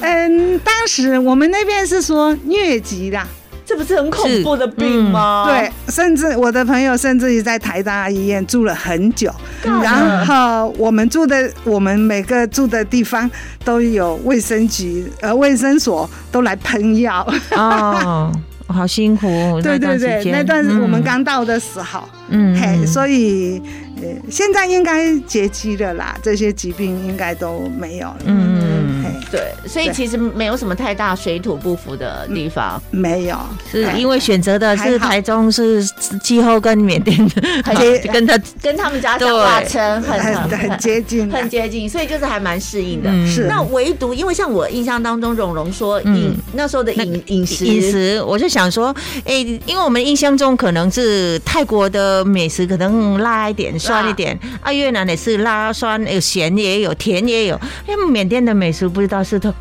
[SPEAKER 4] 嗯，当时我们那边是说疟疾啦，
[SPEAKER 2] 这不是很恐怖的病
[SPEAKER 3] 哦
[SPEAKER 2] 吗？
[SPEAKER 4] 对，甚至我的朋友甚至于在台大医院住了很久，
[SPEAKER 2] 嘛
[SPEAKER 4] 然后呃我们住的我们每个住的地方都有卫生局呃卫生所都来喷药，
[SPEAKER 3] 哦， 好辛苦，
[SPEAKER 4] 对 对对，那段
[SPEAKER 3] 时
[SPEAKER 4] 我们
[SPEAKER 3] 嗯
[SPEAKER 4] 刚到的时候，
[SPEAKER 3] 嗯
[SPEAKER 4] 嘿，所
[SPEAKER 3] 以
[SPEAKER 4] 以呃现在应该绝迹了啦，这些疾病应该都没有了，
[SPEAKER 3] 嗯
[SPEAKER 4] 嘿，
[SPEAKER 2] 对，所以
[SPEAKER 4] 对
[SPEAKER 2] 其实没有什么太大水土不服的地方，
[SPEAKER 4] 没有，
[SPEAKER 3] 是
[SPEAKER 4] 嘿
[SPEAKER 3] 因为选择的是
[SPEAKER 4] 还好
[SPEAKER 3] 台中是气候跟缅甸
[SPEAKER 2] 很
[SPEAKER 3] 的， 跟他
[SPEAKER 2] 跟他们家乡
[SPEAKER 3] 对
[SPEAKER 2] 划称很
[SPEAKER 4] 很
[SPEAKER 2] 很
[SPEAKER 4] 很接近啦，
[SPEAKER 2] 很接近，所以就是还蛮适应的。
[SPEAKER 3] 嗯
[SPEAKER 4] 是
[SPEAKER 2] 那唯独因为像我印象当中，蓉蓉说饮、那时候的饮饮食
[SPEAKER 3] 饮食，我就想说，哎、因为我们印象中可能是泰国的美食可能辣一点、酸一点，啊，越南也是辣、酸，有咸也有，甜也有。哎，缅甸的美食不知道是它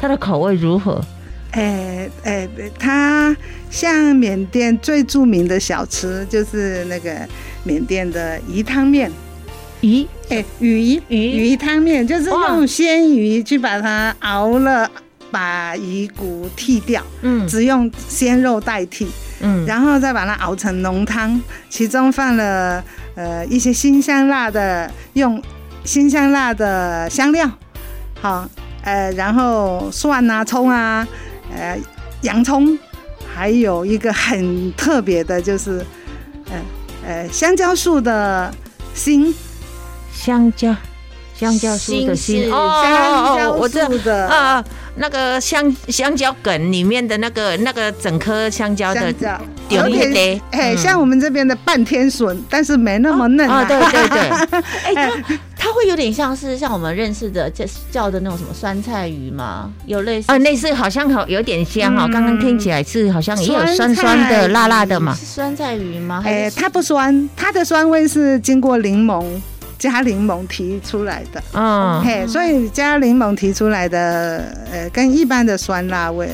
[SPEAKER 3] 它的口味如何？
[SPEAKER 4] 哎哎，它像缅甸最著名的小吃就是那个缅甸的鱼汤面，
[SPEAKER 3] 咦，
[SPEAKER 4] 哎，鱼鱼鱼汤面就是用鲜鱼去把它熬了，把鱼骨剔掉，
[SPEAKER 3] 嗯
[SPEAKER 4] 只用鲜肉代替，
[SPEAKER 3] 嗯，
[SPEAKER 4] 然后再把它熬成浓汤，其中放了呃一些辛香辣的，用辛香辣的香料，好，呃，然后蒜啊、葱啊，呃，洋葱，还有一个很特别的就是，呃呃，香蕉树的心，
[SPEAKER 3] 香蕉，香蕉树
[SPEAKER 2] 心
[SPEAKER 3] 的心
[SPEAKER 2] 是
[SPEAKER 3] 哦哦
[SPEAKER 4] 香
[SPEAKER 3] 哦，
[SPEAKER 4] 蕉
[SPEAKER 3] 我知道
[SPEAKER 4] 树的
[SPEAKER 3] 啊啊那个香香蕉梗里面的那个那个整颗香蕉的
[SPEAKER 4] 香蕉，
[SPEAKER 3] 丢
[SPEAKER 4] 有
[SPEAKER 3] 一
[SPEAKER 4] 点
[SPEAKER 3] 堆
[SPEAKER 4] 哎，
[SPEAKER 3] 嗯
[SPEAKER 4] 像我们这边的半天笋，但是没那么嫩啊
[SPEAKER 3] 哦，对对对，
[SPEAKER 2] 哎，它它会有点像是像我们认识的叫叫的那种什么酸菜鱼吗？有类似
[SPEAKER 3] 啊，类似好像好有点香哦，
[SPEAKER 4] 嗯
[SPEAKER 3] 刚刚听起来是好像也有酸酸
[SPEAKER 4] 酸菜
[SPEAKER 3] 的、辣辣的嘛。
[SPEAKER 2] 是酸菜鱼吗？哦
[SPEAKER 4] 哎，
[SPEAKER 2] 还是
[SPEAKER 4] 它不酸，它的酸味是经过柠檬加柠檬提出来的。
[SPEAKER 2] 哦
[SPEAKER 3] 嗯，
[SPEAKER 4] 嘿，所以加柠檬提出来的，呃，跟一般的酸辣味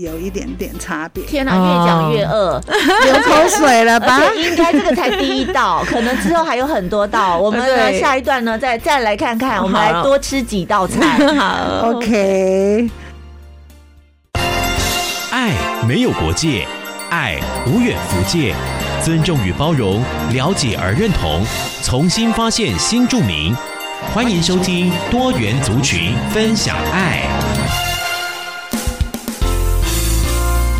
[SPEAKER 4] 有一点点差 别。
[SPEAKER 2] 天哪，啊越
[SPEAKER 3] 哦
[SPEAKER 2] 讲越 饿，
[SPEAKER 4] 流口水了吧？
[SPEAKER 3] 啊
[SPEAKER 2] 而且应该这个才第一道，可能之后还有很多道。我们呢
[SPEAKER 3] 对
[SPEAKER 2] 下一段呢再再来看看，我们来
[SPEAKER 3] 好
[SPEAKER 2] 多吃几道菜。
[SPEAKER 3] 好，
[SPEAKER 4] OK，
[SPEAKER 1] 爱没有国界，爱无远弗届。尊重与包容，了解而认同，重新发现新著名。欢迎收听多元族群分享爱。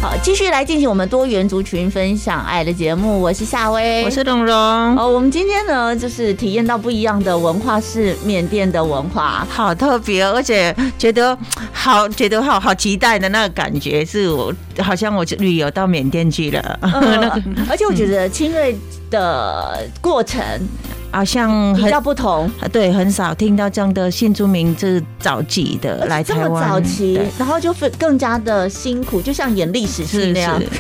[SPEAKER 2] 好，继续来进行我们多元族群分享爱的节目，我是夏薇，
[SPEAKER 3] 我是蓉蓉，
[SPEAKER 2] 哦，我们今天呢就是体验到不一样的文化，是缅甸的文 化。
[SPEAKER 3] 好特别，而且觉得好，觉得好好期待的那个感觉，是我好像我旅游到缅甸去了，
[SPEAKER 2] 呃，而且我觉得清锐的过程
[SPEAKER 3] 好像
[SPEAKER 2] 比
[SPEAKER 3] 很
[SPEAKER 2] 较不同，
[SPEAKER 3] 对，很少听到这样的新住民这早期的来
[SPEAKER 2] 而且这
[SPEAKER 3] 台
[SPEAKER 2] 么
[SPEAKER 3] 湾，
[SPEAKER 2] 早期
[SPEAKER 3] 对，
[SPEAKER 2] 然后就非更加的辛苦，就像演历史剧
[SPEAKER 3] 是
[SPEAKER 2] 那样
[SPEAKER 3] 是。，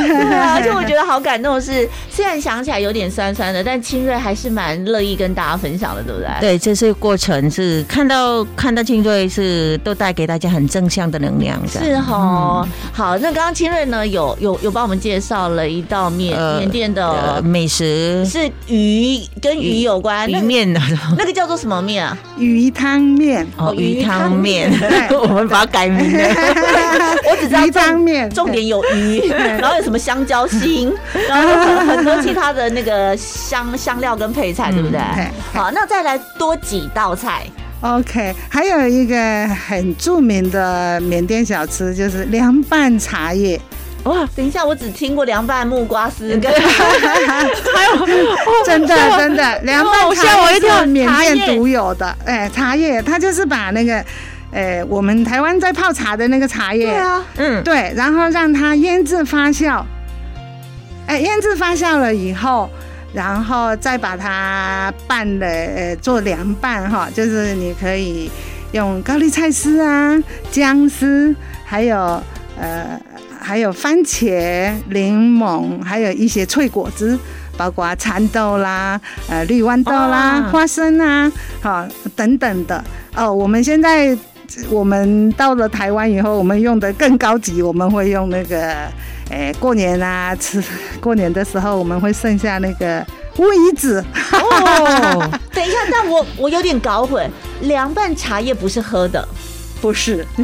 [SPEAKER 2] 对啊，而且我觉得好感动的是，虽然想起来有点酸酸的，但清锐还是蛮乐意跟大家分享的，对不对？
[SPEAKER 3] 对，这是过程是看到看到青队是都带给大家很正向的能量，这样嗯
[SPEAKER 2] 是哈，好，那刚刚清瑞呢有有有帮我们介绍了一道缅
[SPEAKER 3] 呃
[SPEAKER 2] 缅甸
[SPEAKER 3] 呃
[SPEAKER 2] 的，
[SPEAKER 3] 美食
[SPEAKER 2] 是鱼跟鱼有关，
[SPEAKER 3] 鱼
[SPEAKER 2] 啊那
[SPEAKER 3] 面的。
[SPEAKER 2] 那个叫做什么面啊？
[SPEAKER 4] 鱼汤面，
[SPEAKER 3] 哦，
[SPEAKER 2] 鱼
[SPEAKER 3] 鱼
[SPEAKER 2] 汤
[SPEAKER 3] 汤面，
[SPEAKER 4] 对
[SPEAKER 3] 我们把它改名了。
[SPEAKER 2] 我只知道
[SPEAKER 4] 鱼汤
[SPEAKER 2] 重
[SPEAKER 4] 面，
[SPEAKER 2] 重点有鱼， 然后有什么香蕉心，然后很多其他的那个香香料跟配菜，对不对
[SPEAKER 4] 对？
[SPEAKER 3] 嗯
[SPEAKER 2] 好，那再来多几道菜，
[SPEAKER 4] OK，还有一个很著名的缅甸小吃就是凉拌茶叶，
[SPEAKER 2] 哇！等一下，我只听过凉拌木瓜丝跟
[SPEAKER 4] 真 的真的，凉拌
[SPEAKER 3] 吓我
[SPEAKER 4] 茶
[SPEAKER 3] 一
[SPEAKER 4] 叶
[SPEAKER 3] 跳
[SPEAKER 4] 是缅
[SPEAKER 2] 茶叶
[SPEAKER 4] 甸独有的。哎，茶叶它就是把那个，哎，我们台湾在泡茶的那个茶叶，
[SPEAKER 2] 对啊，
[SPEAKER 3] 嗯，
[SPEAKER 4] 对，然后让它腌制发酵。哎，腌制发酵了以后，然后再把它拌的呃做凉拌哈，就是你可以用高丽菜丝啊、姜丝，还有呃还有番茄、柠檬，还有一些脆果汁。包括蚕豆啦、呃绿豌豆啦、
[SPEAKER 3] 哦
[SPEAKER 4] 花生啊，好、等等的哦。我们现在我们到了台湾以后，我们用的更高级，我们会用那个，诶、过年啊，吃过年的时候我们会剩下那个乌鱼子，
[SPEAKER 3] 哦，
[SPEAKER 2] 等一下，但我我有点搞混，凉拌茶叶不是喝的，
[SPEAKER 4] 不是，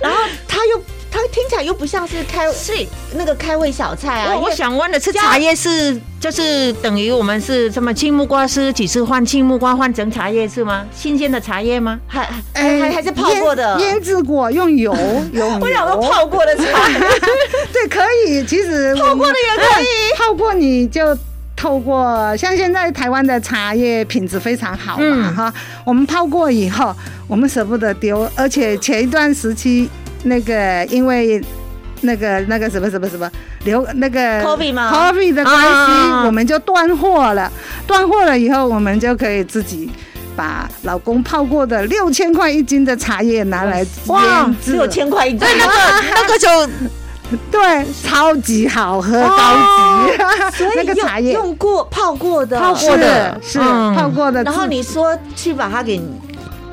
[SPEAKER 2] 然后它又它听起来又不像是开
[SPEAKER 3] 是。
[SPEAKER 2] 那个开胃小菜啊，
[SPEAKER 3] 哦我
[SPEAKER 2] 因
[SPEAKER 3] 我
[SPEAKER 2] 为
[SPEAKER 3] 想问的是，
[SPEAKER 2] 加
[SPEAKER 3] 茶叶是就是等于我们是什么青木瓜丝几次换青木瓜换成茶叶是吗？新鲜的茶叶吗？
[SPEAKER 2] 还还
[SPEAKER 4] 哎
[SPEAKER 2] 还还是泡过的。
[SPEAKER 4] 腌腌制过，用 油，用油，
[SPEAKER 2] 我想说泡过的菜，
[SPEAKER 4] 对，可以，其实
[SPEAKER 2] 泡过的也可以。
[SPEAKER 4] 以，泡过你就。透过像现在台湾的茶叶品质非常好嘛
[SPEAKER 3] 嗯
[SPEAKER 4] 哈、我们泡过以后，我们舍不得丢，而且前一段时期那个因为那个那个什么什么什么流那个
[SPEAKER 2] COVID 吗
[SPEAKER 4] COVID 的关系，
[SPEAKER 3] 啊
[SPEAKER 4] 我们就断货了。断货了以后，我们就可以自己把老公泡过的六千块一斤的茶叶拿来
[SPEAKER 2] 哇
[SPEAKER 4] 腌，制
[SPEAKER 2] 只有千块一斤，
[SPEAKER 3] 对，那个那个就
[SPEAKER 4] 对，超级好喝，高级。
[SPEAKER 2] 所以
[SPEAKER 4] 那个
[SPEAKER 2] 用
[SPEAKER 4] 茶叶
[SPEAKER 2] 用过泡过的，
[SPEAKER 4] 泡过的，
[SPEAKER 3] 是
[SPEAKER 4] 是
[SPEAKER 3] 嗯
[SPEAKER 4] 泡过的。
[SPEAKER 2] 然后你说去把它给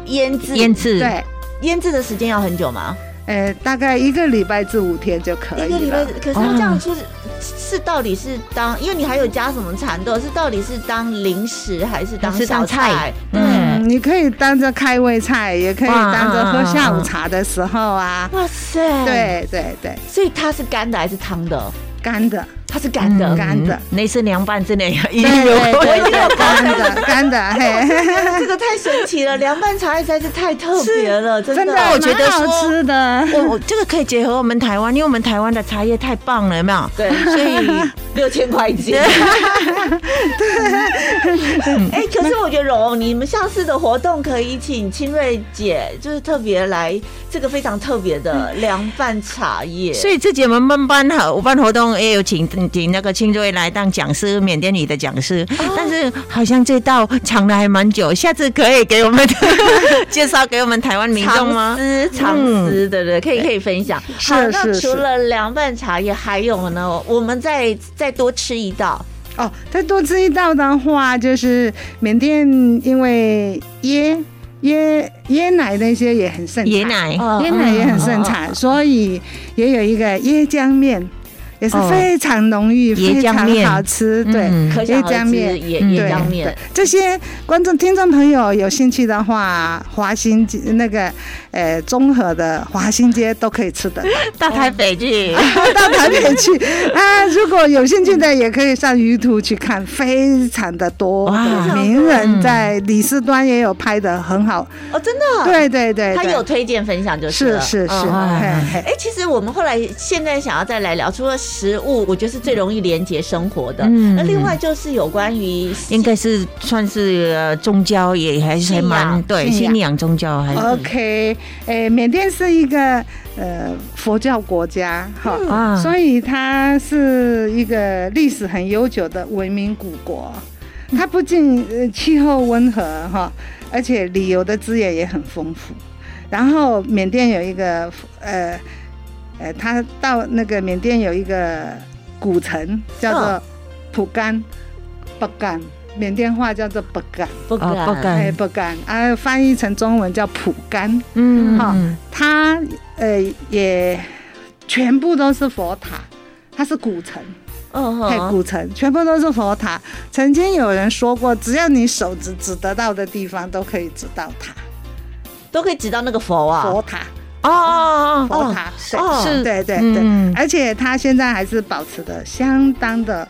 [SPEAKER 2] 腌制，
[SPEAKER 3] 腌制，
[SPEAKER 4] 对，
[SPEAKER 2] 腌制的时间要很久吗？
[SPEAKER 4] 呃，大概一个礼拜至五天就可
[SPEAKER 2] 一个
[SPEAKER 4] 以
[SPEAKER 2] 礼拜，
[SPEAKER 4] 了。
[SPEAKER 2] 可是它这样
[SPEAKER 3] 哦
[SPEAKER 2] 出是是到底是当，因为你还有加什么蚕豆，是到底是当零食还是当
[SPEAKER 3] 还是
[SPEAKER 2] 小
[SPEAKER 3] 当菜
[SPEAKER 2] 菜？对，
[SPEAKER 3] 嗯
[SPEAKER 4] 嗯，你可以当着开胃菜，也可以
[SPEAKER 3] 哇
[SPEAKER 4] 当着喝
[SPEAKER 3] 嗯嗯
[SPEAKER 4] 下午
[SPEAKER 3] 嗯
[SPEAKER 4] 茶的时候啊。
[SPEAKER 2] 哇塞，，
[SPEAKER 4] 对对对，
[SPEAKER 2] 所以它是干的还是汤的？
[SPEAKER 4] 干的。
[SPEAKER 2] 它是干的，
[SPEAKER 4] 干的
[SPEAKER 3] 嗯那是凉拌，真的也
[SPEAKER 4] 对
[SPEAKER 3] 有
[SPEAKER 4] 对
[SPEAKER 2] 我一定要
[SPEAKER 4] 对，干的干的，嘿，
[SPEAKER 2] 这个太神奇了，凉拌茶叶实在是太特别了， 真
[SPEAKER 4] 真的，
[SPEAKER 2] 的。
[SPEAKER 3] 我觉得
[SPEAKER 4] 蛮好
[SPEAKER 3] 说
[SPEAKER 4] 吃的。
[SPEAKER 3] 我我这个可以结合我们台湾，因为我们台湾的茶叶太棒了，有没有？
[SPEAKER 2] 对，
[SPEAKER 3] 所以
[SPEAKER 2] 六千块一斤。哎、可是我觉得蓉，你们下次的活动可以请清瑞姐，就是特别来这个非常特别的凉拌茶叶。
[SPEAKER 3] 所以这节我们办办好办活动也有请请那个青瑞来当讲师，缅甸语的讲师，但是好像这道藏了还蛮久，下次可以给我们 介绍给我们台湾民众吗？
[SPEAKER 2] 丝长丝，对不对？可以可以分享。
[SPEAKER 4] 是
[SPEAKER 2] 好，那
[SPEAKER 4] 是是
[SPEAKER 2] 除了凉拌茶叶，还有呢？我们再再多吃一道，
[SPEAKER 4] 哦，再多吃一道的话，就是缅甸因为椰椰椰奶那些也很盛产，
[SPEAKER 3] 椰奶哦
[SPEAKER 2] 哦
[SPEAKER 4] 椰奶也很盛产，所以也有一个椰浆面，也是
[SPEAKER 3] 哦
[SPEAKER 4] 非常浓郁、
[SPEAKER 3] 椰
[SPEAKER 4] 非
[SPEAKER 3] 浆
[SPEAKER 4] 常
[SPEAKER 3] 面
[SPEAKER 4] 好吃，对。
[SPEAKER 3] 嗯
[SPEAKER 2] 可想而
[SPEAKER 4] 椰浆
[SPEAKER 2] 知
[SPEAKER 4] 面
[SPEAKER 2] 也
[SPEAKER 3] 嗯
[SPEAKER 2] 也
[SPEAKER 4] 对
[SPEAKER 2] 浆面
[SPEAKER 4] 对。这些观众、听众朋友有兴趣的话，华新街那个呃综合的华新街都可以吃的，
[SPEAKER 3] 到台北去。
[SPEAKER 4] 到台北去啊！如果有兴趣的，也可以上 YouTube 去看，非常的多
[SPEAKER 3] 哇
[SPEAKER 4] 的名人在李斯端也有拍的很好，
[SPEAKER 2] 哦，真的，，
[SPEAKER 4] 对对对，
[SPEAKER 2] 他
[SPEAKER 4] 对
[SPEAKER 2] 有推荐分享就是
[SPEAKER 4] 是
[SPEAKER 2] 了
[SPEAKER 4] 是是，
[SPEAKER 2] 嗯
[SPEAKER 3] 哇
[SPEAKER 4] 嘿嘿
[SPEAKER 2] 哎、其实我们后来现在想要再来聊，除了食物，我觉得是最容易连接生活的。
[SPEAKER 3] 嗯
[SPEAKER 2] 那另外就是有关于
[SPEAKER 3] 应该是算是呃宗教也还是还
[SPEAKER 2] 信
[SPEAKER 3] 蛮
[SPEAKER 2] 仰
[SPEAKER 3] 对
[SPEAKER 4] 信仰哦
[SPEAKER 3] 信仰宗教还是
[SPEAKER 2] 嗯
[SPEAKER 4] OK，诶、缅甸是一个呃佛教国家
[SPEAKER 2] 嗯
[SPEAKER 4] 哈，
[SPEAKER 3] 啊
[SPEAKER 4] 所以它是一个历史很悠久的文明古国。它不仅呃气候温和哈，而且旅游的资源也很丰富。然后缅甸有一个呃呃，它到那个缅甸有一个古城叫做
[SPEAKER 2] 嗯
[SPEAKER 4] 蒲甘，不甘，缅甸话叫做不甘。
[SPEAKER 2] 不
[SPEAKER 3] 啊不
[SPEAKER 2] 嗯
[SPEAKER 3] 敢
[SPEAKER 4] 哎，不甘啊，翻译成中文叫蒲甘，
[SPEAKER 3] 嗯
[SPEAKER 4] 好
[SPEAKER 3] 嗯
[SPEAKER 4] 它呃也全部都是佛塔，它是古城，
[SPEAKER 2] 嗯
[SPEAKER 4] 太
[SPEAKER 2] 哼，
[SPEAKER 4] 古城全部都是佛塔。曾经有人说过，只要你手指指得到的地方，都可以指到它，
[SPEAKER 2] 都可以指到那个佛啊，
[SPEAKER 4] 佛塔，
[SPEAKER 3] 哦哦哦
[SPEAKER 4] 佛塔，对
[SPEAKER 2] 哦
[SPEAKER 3] 是
[SPEAKER 4] 对对对，
[SPEAKER 3] 嗯
[SPEAKER 4] 而且它现在还是保持的相当的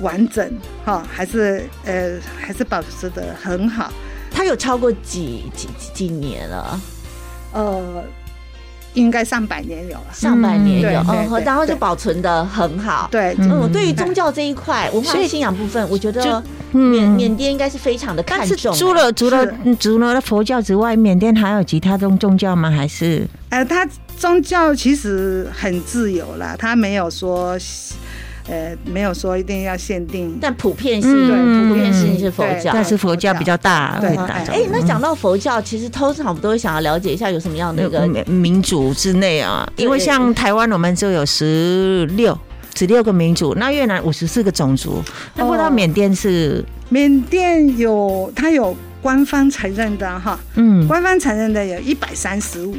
[SPEAKER 4] 完整，哈、还是呃还是保持的很好。
[SPEAKER 2] 它有超过几几几几年
[SPEAKER 3] 嗯
[SPEAKER 2] 了，
[SPEAKER 4] 呃，应该上百年有了。
[SPEAKER 2] 上百年
[SPEAKER 4] 对
[SPEAKER 2] 有，
[SPEAKER 4] 对
[SPEAKER 2] 嗯，
[SPEAKER 4] 对
[SPEAKER 2] 然后就
[SPEAKER 4] 对
[SPEAKER 2] 保存的很好。
[SPEAKER 4] 对，
[SPEAKER 3] 嗯
[SPEAKER 2] 嗯，对于宗教这一块文化
[SPEAKER 3] 所以
[SPEAKER 2] 信仰部分，我觉得
[SPEAKER 3] 嗯
[SPEAKER 2] 缅缅甸应该是非常的
[SPEAKER 3] 但
[SPEAKER 2] 看
[SPEAKER 3] 是
[SPEAKER 2] 重。啊
[SPEAKER 3] 除了除了
[SPEAKER 4] 是
[SPEAKER 3] 嗯除了佛教之外，缅甸还有其他宗宗教吗？还是
[SPEAKER 4] 呃，他宗教其实很自由啦，他没有说，呃，没有说一定要限定。
[SPEAKER 2] 但普遍性，
[SPEAKER 3] 嗯
[SPEAKER 2] 普遍性是佛教。
[SPEAKER 3] 但是佛教比较大，
[SPEAKER 4] 对
[SPEAKER 3] 会
[SPEAKER 4] 对
[SPEAKER 3] 大众
[SPEAKER 2] 哎、那讲到佛教，其实通常我们都会想要了解一下有什么样的一个
[SPEAKER 3] 嗯民民族之内啊，
[SPEAKER 2] 对
[SPEAKER 3] 因为像台湾我们就有十六。十六个民族，那越南五十四个种
[SPEAKER 2] 哦
[SPEAKER 3] 族，那不知道缅甸是、
[SPEAKER 4] 缅甸有，它有官方承认的哈，
[SPEAKER 3] 嗯
[SPEAKER 4] 官方承认的有一百三十五，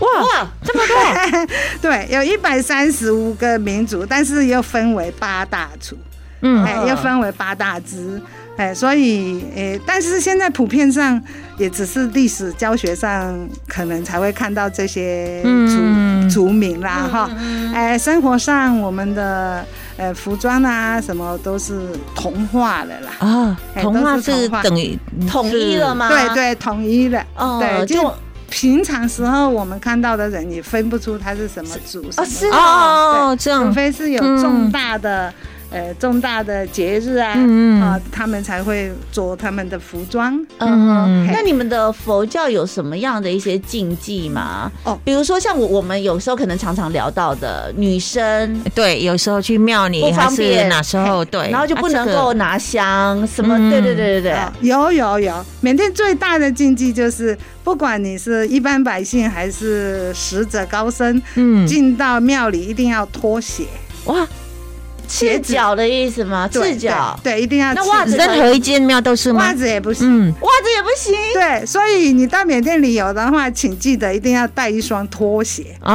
[SPEAKER 3] 哇
[SPEAKER 2] 哇，
[SPEAKER 3] 这么多
[SPEAKER 4] 对，有一百三十五个民族，但是又分为八大族，
[SPEAKER 3] 嗯
[SPEAKER 4] 哎，又分为八大支，哎，所以，哎，但是现在普遍上也只是历史教学上可能才会看到这些族、
[SPEAKER 3] 嗯
[SPEAKER 4] 族名啦，哈，哎，生活上我们的呃服装啊什么都是同化了啦，
[SPEAKER 3] 啊，
[SPEAKER 4] 哎
[SPEAKER 3] 童话
[SPEAKER 4] 都是
[SPEAKER 3] 是
[SPEAKER 4] 童话
[SPEAKER 3] 等于
[SPEAKER 2] 统一了？吗？
[SPEAKER 4] 对对，统一了，
[SPEAKER 2] 哦
[SPEAKER 4] 对，
[SPEAKER 2] 就
[SPEAKER 4] 就平常时候我们看到的人也分不出他是什么族
[SPEAKER 2] 哦
[SPEAKER 4] 什
[SPEAKER 2] 是
[SPEAKER 4] 么
[SPEAKER 3] 哦哦，哦这
[SPEAKER 4] 除
[SPEAKER 3] 样
[SPEAKER 4] 非是有
[SPEAKER 3] 嗯
[SPEAKER 4] 重大的、呃重大的节日啊，
[SPEAKER 3] 嗯嗯
[SPEAKER 4] 啊，他们才会着他们的服装。啊
[SPEAKER 2] 嗯
[SPEAKER 3] 嗯
[SPEAKER 2] 哼，那你们的佛教有什么样的一些禁忌吗？
[SPEAKER 4] 哦
[SPEAKER 2] 比如说像我我们有时候可能常常聊到的女生，
[SPEAKER 3] 对，有时候去庙里
[SPEAKER 2] 不
[SPEAKER 3] 哎还
[SPEAKER 2] 方便
[SPEAKER 3] 是哪时候对，
[SPEAKER 2] 然后就
[SPEAKER 3] 啊
[SPEAKER 2] 不能够拿香，什么？
[SPEAKER 3] 嗯
[SPEAKER 2] 对对对对对，
[SPEAKER 4] 啊有有有，缅甸最大的禁忌就是，不管你是一般百姓还是使者高僧，
[SPEAKER 3] 这个嗯
[SPEAKER 4] 进到庙里一定要脱鞋，
[SPEAKER 3] 哇，
[SPEAKER 2] 赤脚的意思吗？
[SPEAKER 4] 对
[SPEAKER 2] 赤脚，
[SPEAKER 4] 对，对一定要
[SPEAKER 2] 那
[SPEAKER 4] 赤
[SPEAKER 2] 袜子
[SPEAKER 3] 任何一间庙都是吗
[SPEAKER 4] 袜？子也不行。
[SPEAKER 3] 嗯，
[SPEAKER 2] 袜子也不行。
[SPEAKER 4] 对，所以你到缅甸旅游的话，请记得一定要带一双拖鞋，
[SPEAKER 3] 哦哦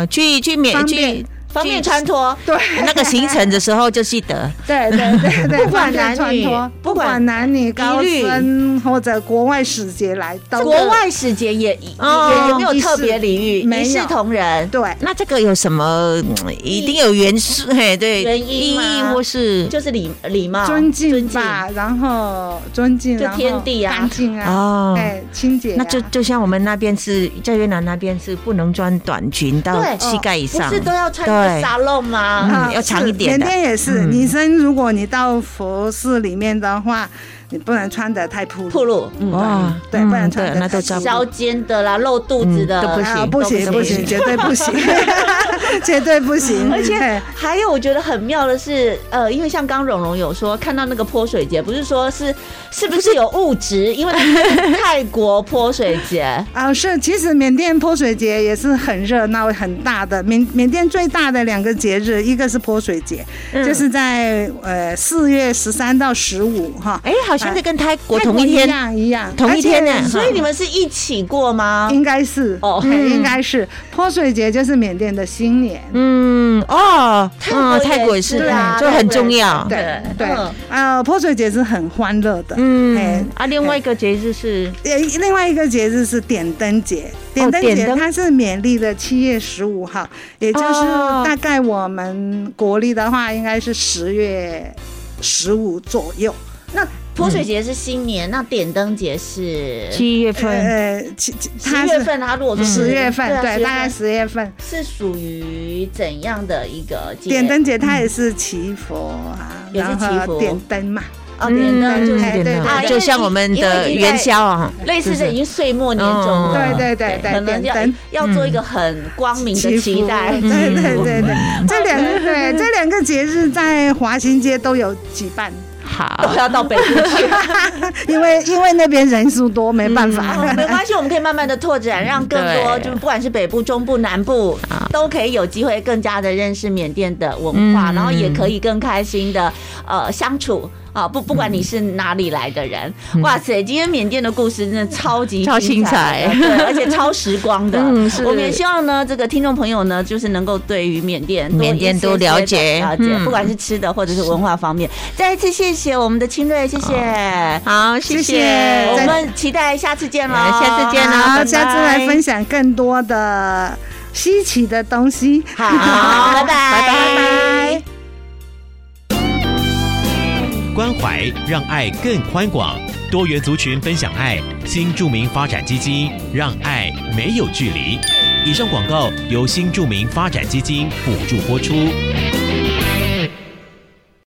[SPEAKER 3] 哦，去去
[SPEAKER 4] 方
[SPEAKER 3] 缅
[SPEAKER 4] 便
[SPEAKER 3] 去
[SPEAKER 2] 方便穿脱。
[SPEAKER 4] 对
[SPEAKER 3] 那个行程的时候就记得，
[SPEAKER 4] 对对对 对，
[SPEAKER 2] 不管
[SPEAKER 4] 方便
[SPEAKER 2] 男
[SPEAKER 4] 穿
[SPEAKER 2] 女
[SPEAKER 4] 脱
[SPEAKER 2] 不
[SPEAKER 4] 不
[SPEAKER 2] 管
[SPEAKER 4] 管男女、高
[SPEAKER 2] 律
[SPEAKER 4] 僧或者国外使节来都
[SPEAKER 2] 国外使节也也
[SPEAKER 3] 哦
[SPEAKER 2] 也没有特别礼遇，
[SPEAKER 4] 没有
[SPEAKER 2] 一视同仁。
[SPEAKER 4] 对
[SPEAKER 3] 那这个有什么？嗯一定有原因，嘿，对，
[SPEAKER 2] 原因
[SPEAKER 3] 意义
[SPEAKER 2] 吗
[SPEAKER 3] 或是
[SPEAKER 2] 就是礼礼貌、
[SPEAKER 4] 尊敬吧，然后尊敬，
[SPEAKER 2] 就
[SPEAKER 4] 然后
[SPEAKER 2] 天地啊
[SPEAKER 4] 干净啊，
[SPEAKER 3] 哦，
[SPEAKER 4] 哎，清洁啊，
[SPEAKER 3] 那就就像我们那边是在越南那边是不能穿短裙到
[SPEAKER 2] 对哦
[SPEAKER 3] 膝盖以
[SPEAKER 2] 不
[SPEAKER 3] 上
[SPEAKER 2] 是，都要穿个
[SPEAKER 3] 对嗯
[SPEAKER 2] 沙漏吗？
[SPEAKER 4] 啊
[SPEAKER 3] 要长一点
[SPEAKER 4] 是
[SPEAKER 3] 的
[SPEAKER 4] 缅甸也是，
[SPEAKER 3] 嗯
[SPEAKER 4] 女生如果你到服饰里面的话，你不能穿的太暴
[SPEAKER 2] 铺
[SPEAKER 4] 露，
[SPEAKER 2] 路、
[SPEAKER 3] 哇
[SPEAKER 4] 嗯，对，
[SPEAKER 3] 嗯
[SPEAKER 4] 不能穿
[SPEAKER 3] 对
[SPEAKER 4] 的
[SPEAKER 3] 那都照顾
[SPEAKER 2] 削肩的啦、露肚子的
[SPEAKER 3] 嗯都不行
[SPEAKER 4] 啊，不行
[SPEAKER 2] 都
[SPEAKER 4] 不
[SPEAKER 2] 不
[SPEAKER 4] 行，
[SPEAKER 2] 行
[SPEAKER 4] 绝对不行， 绝对不行，
[SPEAKER 2] 而且
[SPEAKER 4] 哎
[SPEAKER 2] 还有，我觉得很妙的是，呃，因为像刚蓉蓉有说，看到那个泼水节，不是说是是不是有物质？因为那是泰国泼水 节，
[SPEAKER 4] 啊，是，其实缅甸泼水节也是很热闹、很大的。缅缅甸最大的两个节日，一个是泼水节，
[SPEAKER 3] 嗯
[SPEAKER 4] 就是在呃四月十三到十五哈，
[SPEAKER 3] 哎，好像是跟泰国
[SPEAKER 4] 泰
[SPEAKER 3] 同一
[SPEAKER 4] 一
[SPEAKER 3] 天，
[SPEAKER 4] 样一样，
[SPEAKER 3] 同一天呢
[SPEAKER 4] 而且
[SPEAKER 2] 所以你们是一起过吗？
[SPEAKER 4] 应该是
[SPEAKER 2] 哦
[SPEAKER 4] 嗯应该是泼水节就是缅甸的新年，
[SPEAKER 3] 嗯，哦，
[SPEAKER 2] 泰
[SPEAKER 3] 嗯，泰
[SPEAKER 2] 国
[SPEAKER 3] 国
[SPEAKER 2] 也
[SPEAKER 3] 也
[SPEAKER 2] 是
[SPEAKER 3] 是，
[SPEAKER 2] 啊
[SPEAKER 3] 嗯就很重要，
[SPEAKER 4] 对对
[SPEAKER 2] 嗯，
[SPEAKER 4] 啊，泼水节是很欢乐的，哎
[SPEAKER 3] 嗯，啊，另外一个节日是
[SPEAKER 4] 呃，另外一个节日是点灯节，
[SPEAKER 2] 哦
[SPEAKER 4] 点灯节
[SPEAKER 3] 点灯
[SPEAKER 4] 它是缅历的七月十五号，也就是
[SPEAKER 3] 哦
[SPEAKER 4] 大概我们国历的话，应该是十月十五左右。
[SPEAKER 2] 那泼水节是新年，那点灯节是
[SPEAKER 3] 七月份，
[SPEAKER 4] 呃，其其它
[SPEAKER 2] 十月
[SPEAKER 4] 是嗯
[SPEAKER 2] 份，它如果是
[SPEAKER 4] 十月份，
[SPEAKER 2] 啊10
[SPEAKER 4] 对，
[SPEAKER 2] 月
[SPEAKER 4] 大概十月份。
[SPEAKER 2] 是属于怎样的一个节
[SPEAKER 4] 点灯节它也是祈福啊，
[SPEAKER 2] 嗯也是
[SPEAKER 4] 然
[SPEAKER 2] 祈
[SPEAKER 4] 后
[SPEAKER 2] 福
[SPEAKER 4] 点灯嘛，
[SPEAKER 2] 哦，点灯就是
[SPEAKER 4] 哎
[SPEAKER 3] 点
[SPEAKER 4] 对对
[SPEAKER 3] 灯，嗯
[SPEAKER 4] 对
[SPEAKER 3] 就像我们的元宵啊，
[SPEAKER 2] 类似
[SPEAKER 3] 是
[SPEAKER 2] 的，
[SPEAKER 3] 是
[SPEAKER 2] 已经岁末年终了，
[SPEAKER 3] 嗯
[SPEAKER 4] 对对对
[SPEAKER 2] 可
[SPEAKER 4] 对，
[SPEAKER 2] 能
[SPEAKER 4] 点
[SPEAKER 2] 要
[SPEAKER 4] 灯。
[SPEAKER 2] 要做一个很光明的期待。嗯
[SPEAKER 4] 对对对对，这两个对这两个节日在华新街都有举办，
[SPEAKER 3] 好
[SPEAKER 2] 都，要到北部去，
[SPEAKER 4] 因为因为那边人数多，没办法。
[SPEAKER 2] 哦没关系，我们可以慢慢的拓展，让更多
[SPEAKER 3] 嗯对
[SPEAKER 2] 就是不管是北部、中部、南部，都可以有机会更加的认识缅甸的文化，
[SPEAKER 3] 嗯
[SPEAKER 2] 然后也可以更开心的呃相处。啊，不，不
[SPEAKER 3] 嗯
[SPEAKER 2] 管你是哪里来的人，哇塞！今天缅甸的故事真的超级
[SPEAKER 3] 超
[SPEAKER 2] 精
[SPEAKER 3] 精
[SPEAKER 2] 彩
[SPEAKER 3] 彩
[SPEAKER 2] 的， 对，而且超时光的。
[SPEAKER 3] 嗯是
[SPEAKER 2] 我们也希望呢，这个听众朋友呢，就是能够对于缅甸多
[SPEAKER 3] 缅
[SPEAKER 2] 一
[SPEAKER 3] 甸
[SPEAKER 2] 些
[SPEAKER 3] 多
[SPEAKER 2] 些
[SPEAKER 3] 了
[SPEAKER 2] 的
[SPEAKER 3] 解
[SPEAKER 2] 了解，
[SPEAKER 3] 嗯
[SPEAKER 2] 不管是吃的或者是文化方面。再一次谢谢我们的清瑞，谢谢。
[SPEAKER 3] 好，谢
[SPEAKER 4] 谢谢
[SPEAKER 3] 谢，
[SPEAKER 2] 我
[SPEAKER 4] 再
[SPEAKER 2] 们期待下次见喽，
[SPEAKER 3] 呃下次见喽
[SPEAKER 4] 好，
[SPEAKER 3] 拜
[SPEAKER 4] 下次
[SPEAKER 3] 拜
[SPEAKER 4] 来分享更多的稀奇的东西。
[SPEAKER 2] 好，拜拜，
[SPEAKER 3] 拜拜
[SPEAKER 4] 拜。
[SPEAKER 1] 关怀让爱更宽广，多元族群分享爱，新著名发展基金让爱没有距离。以上广告由新著名发展基金补助播出。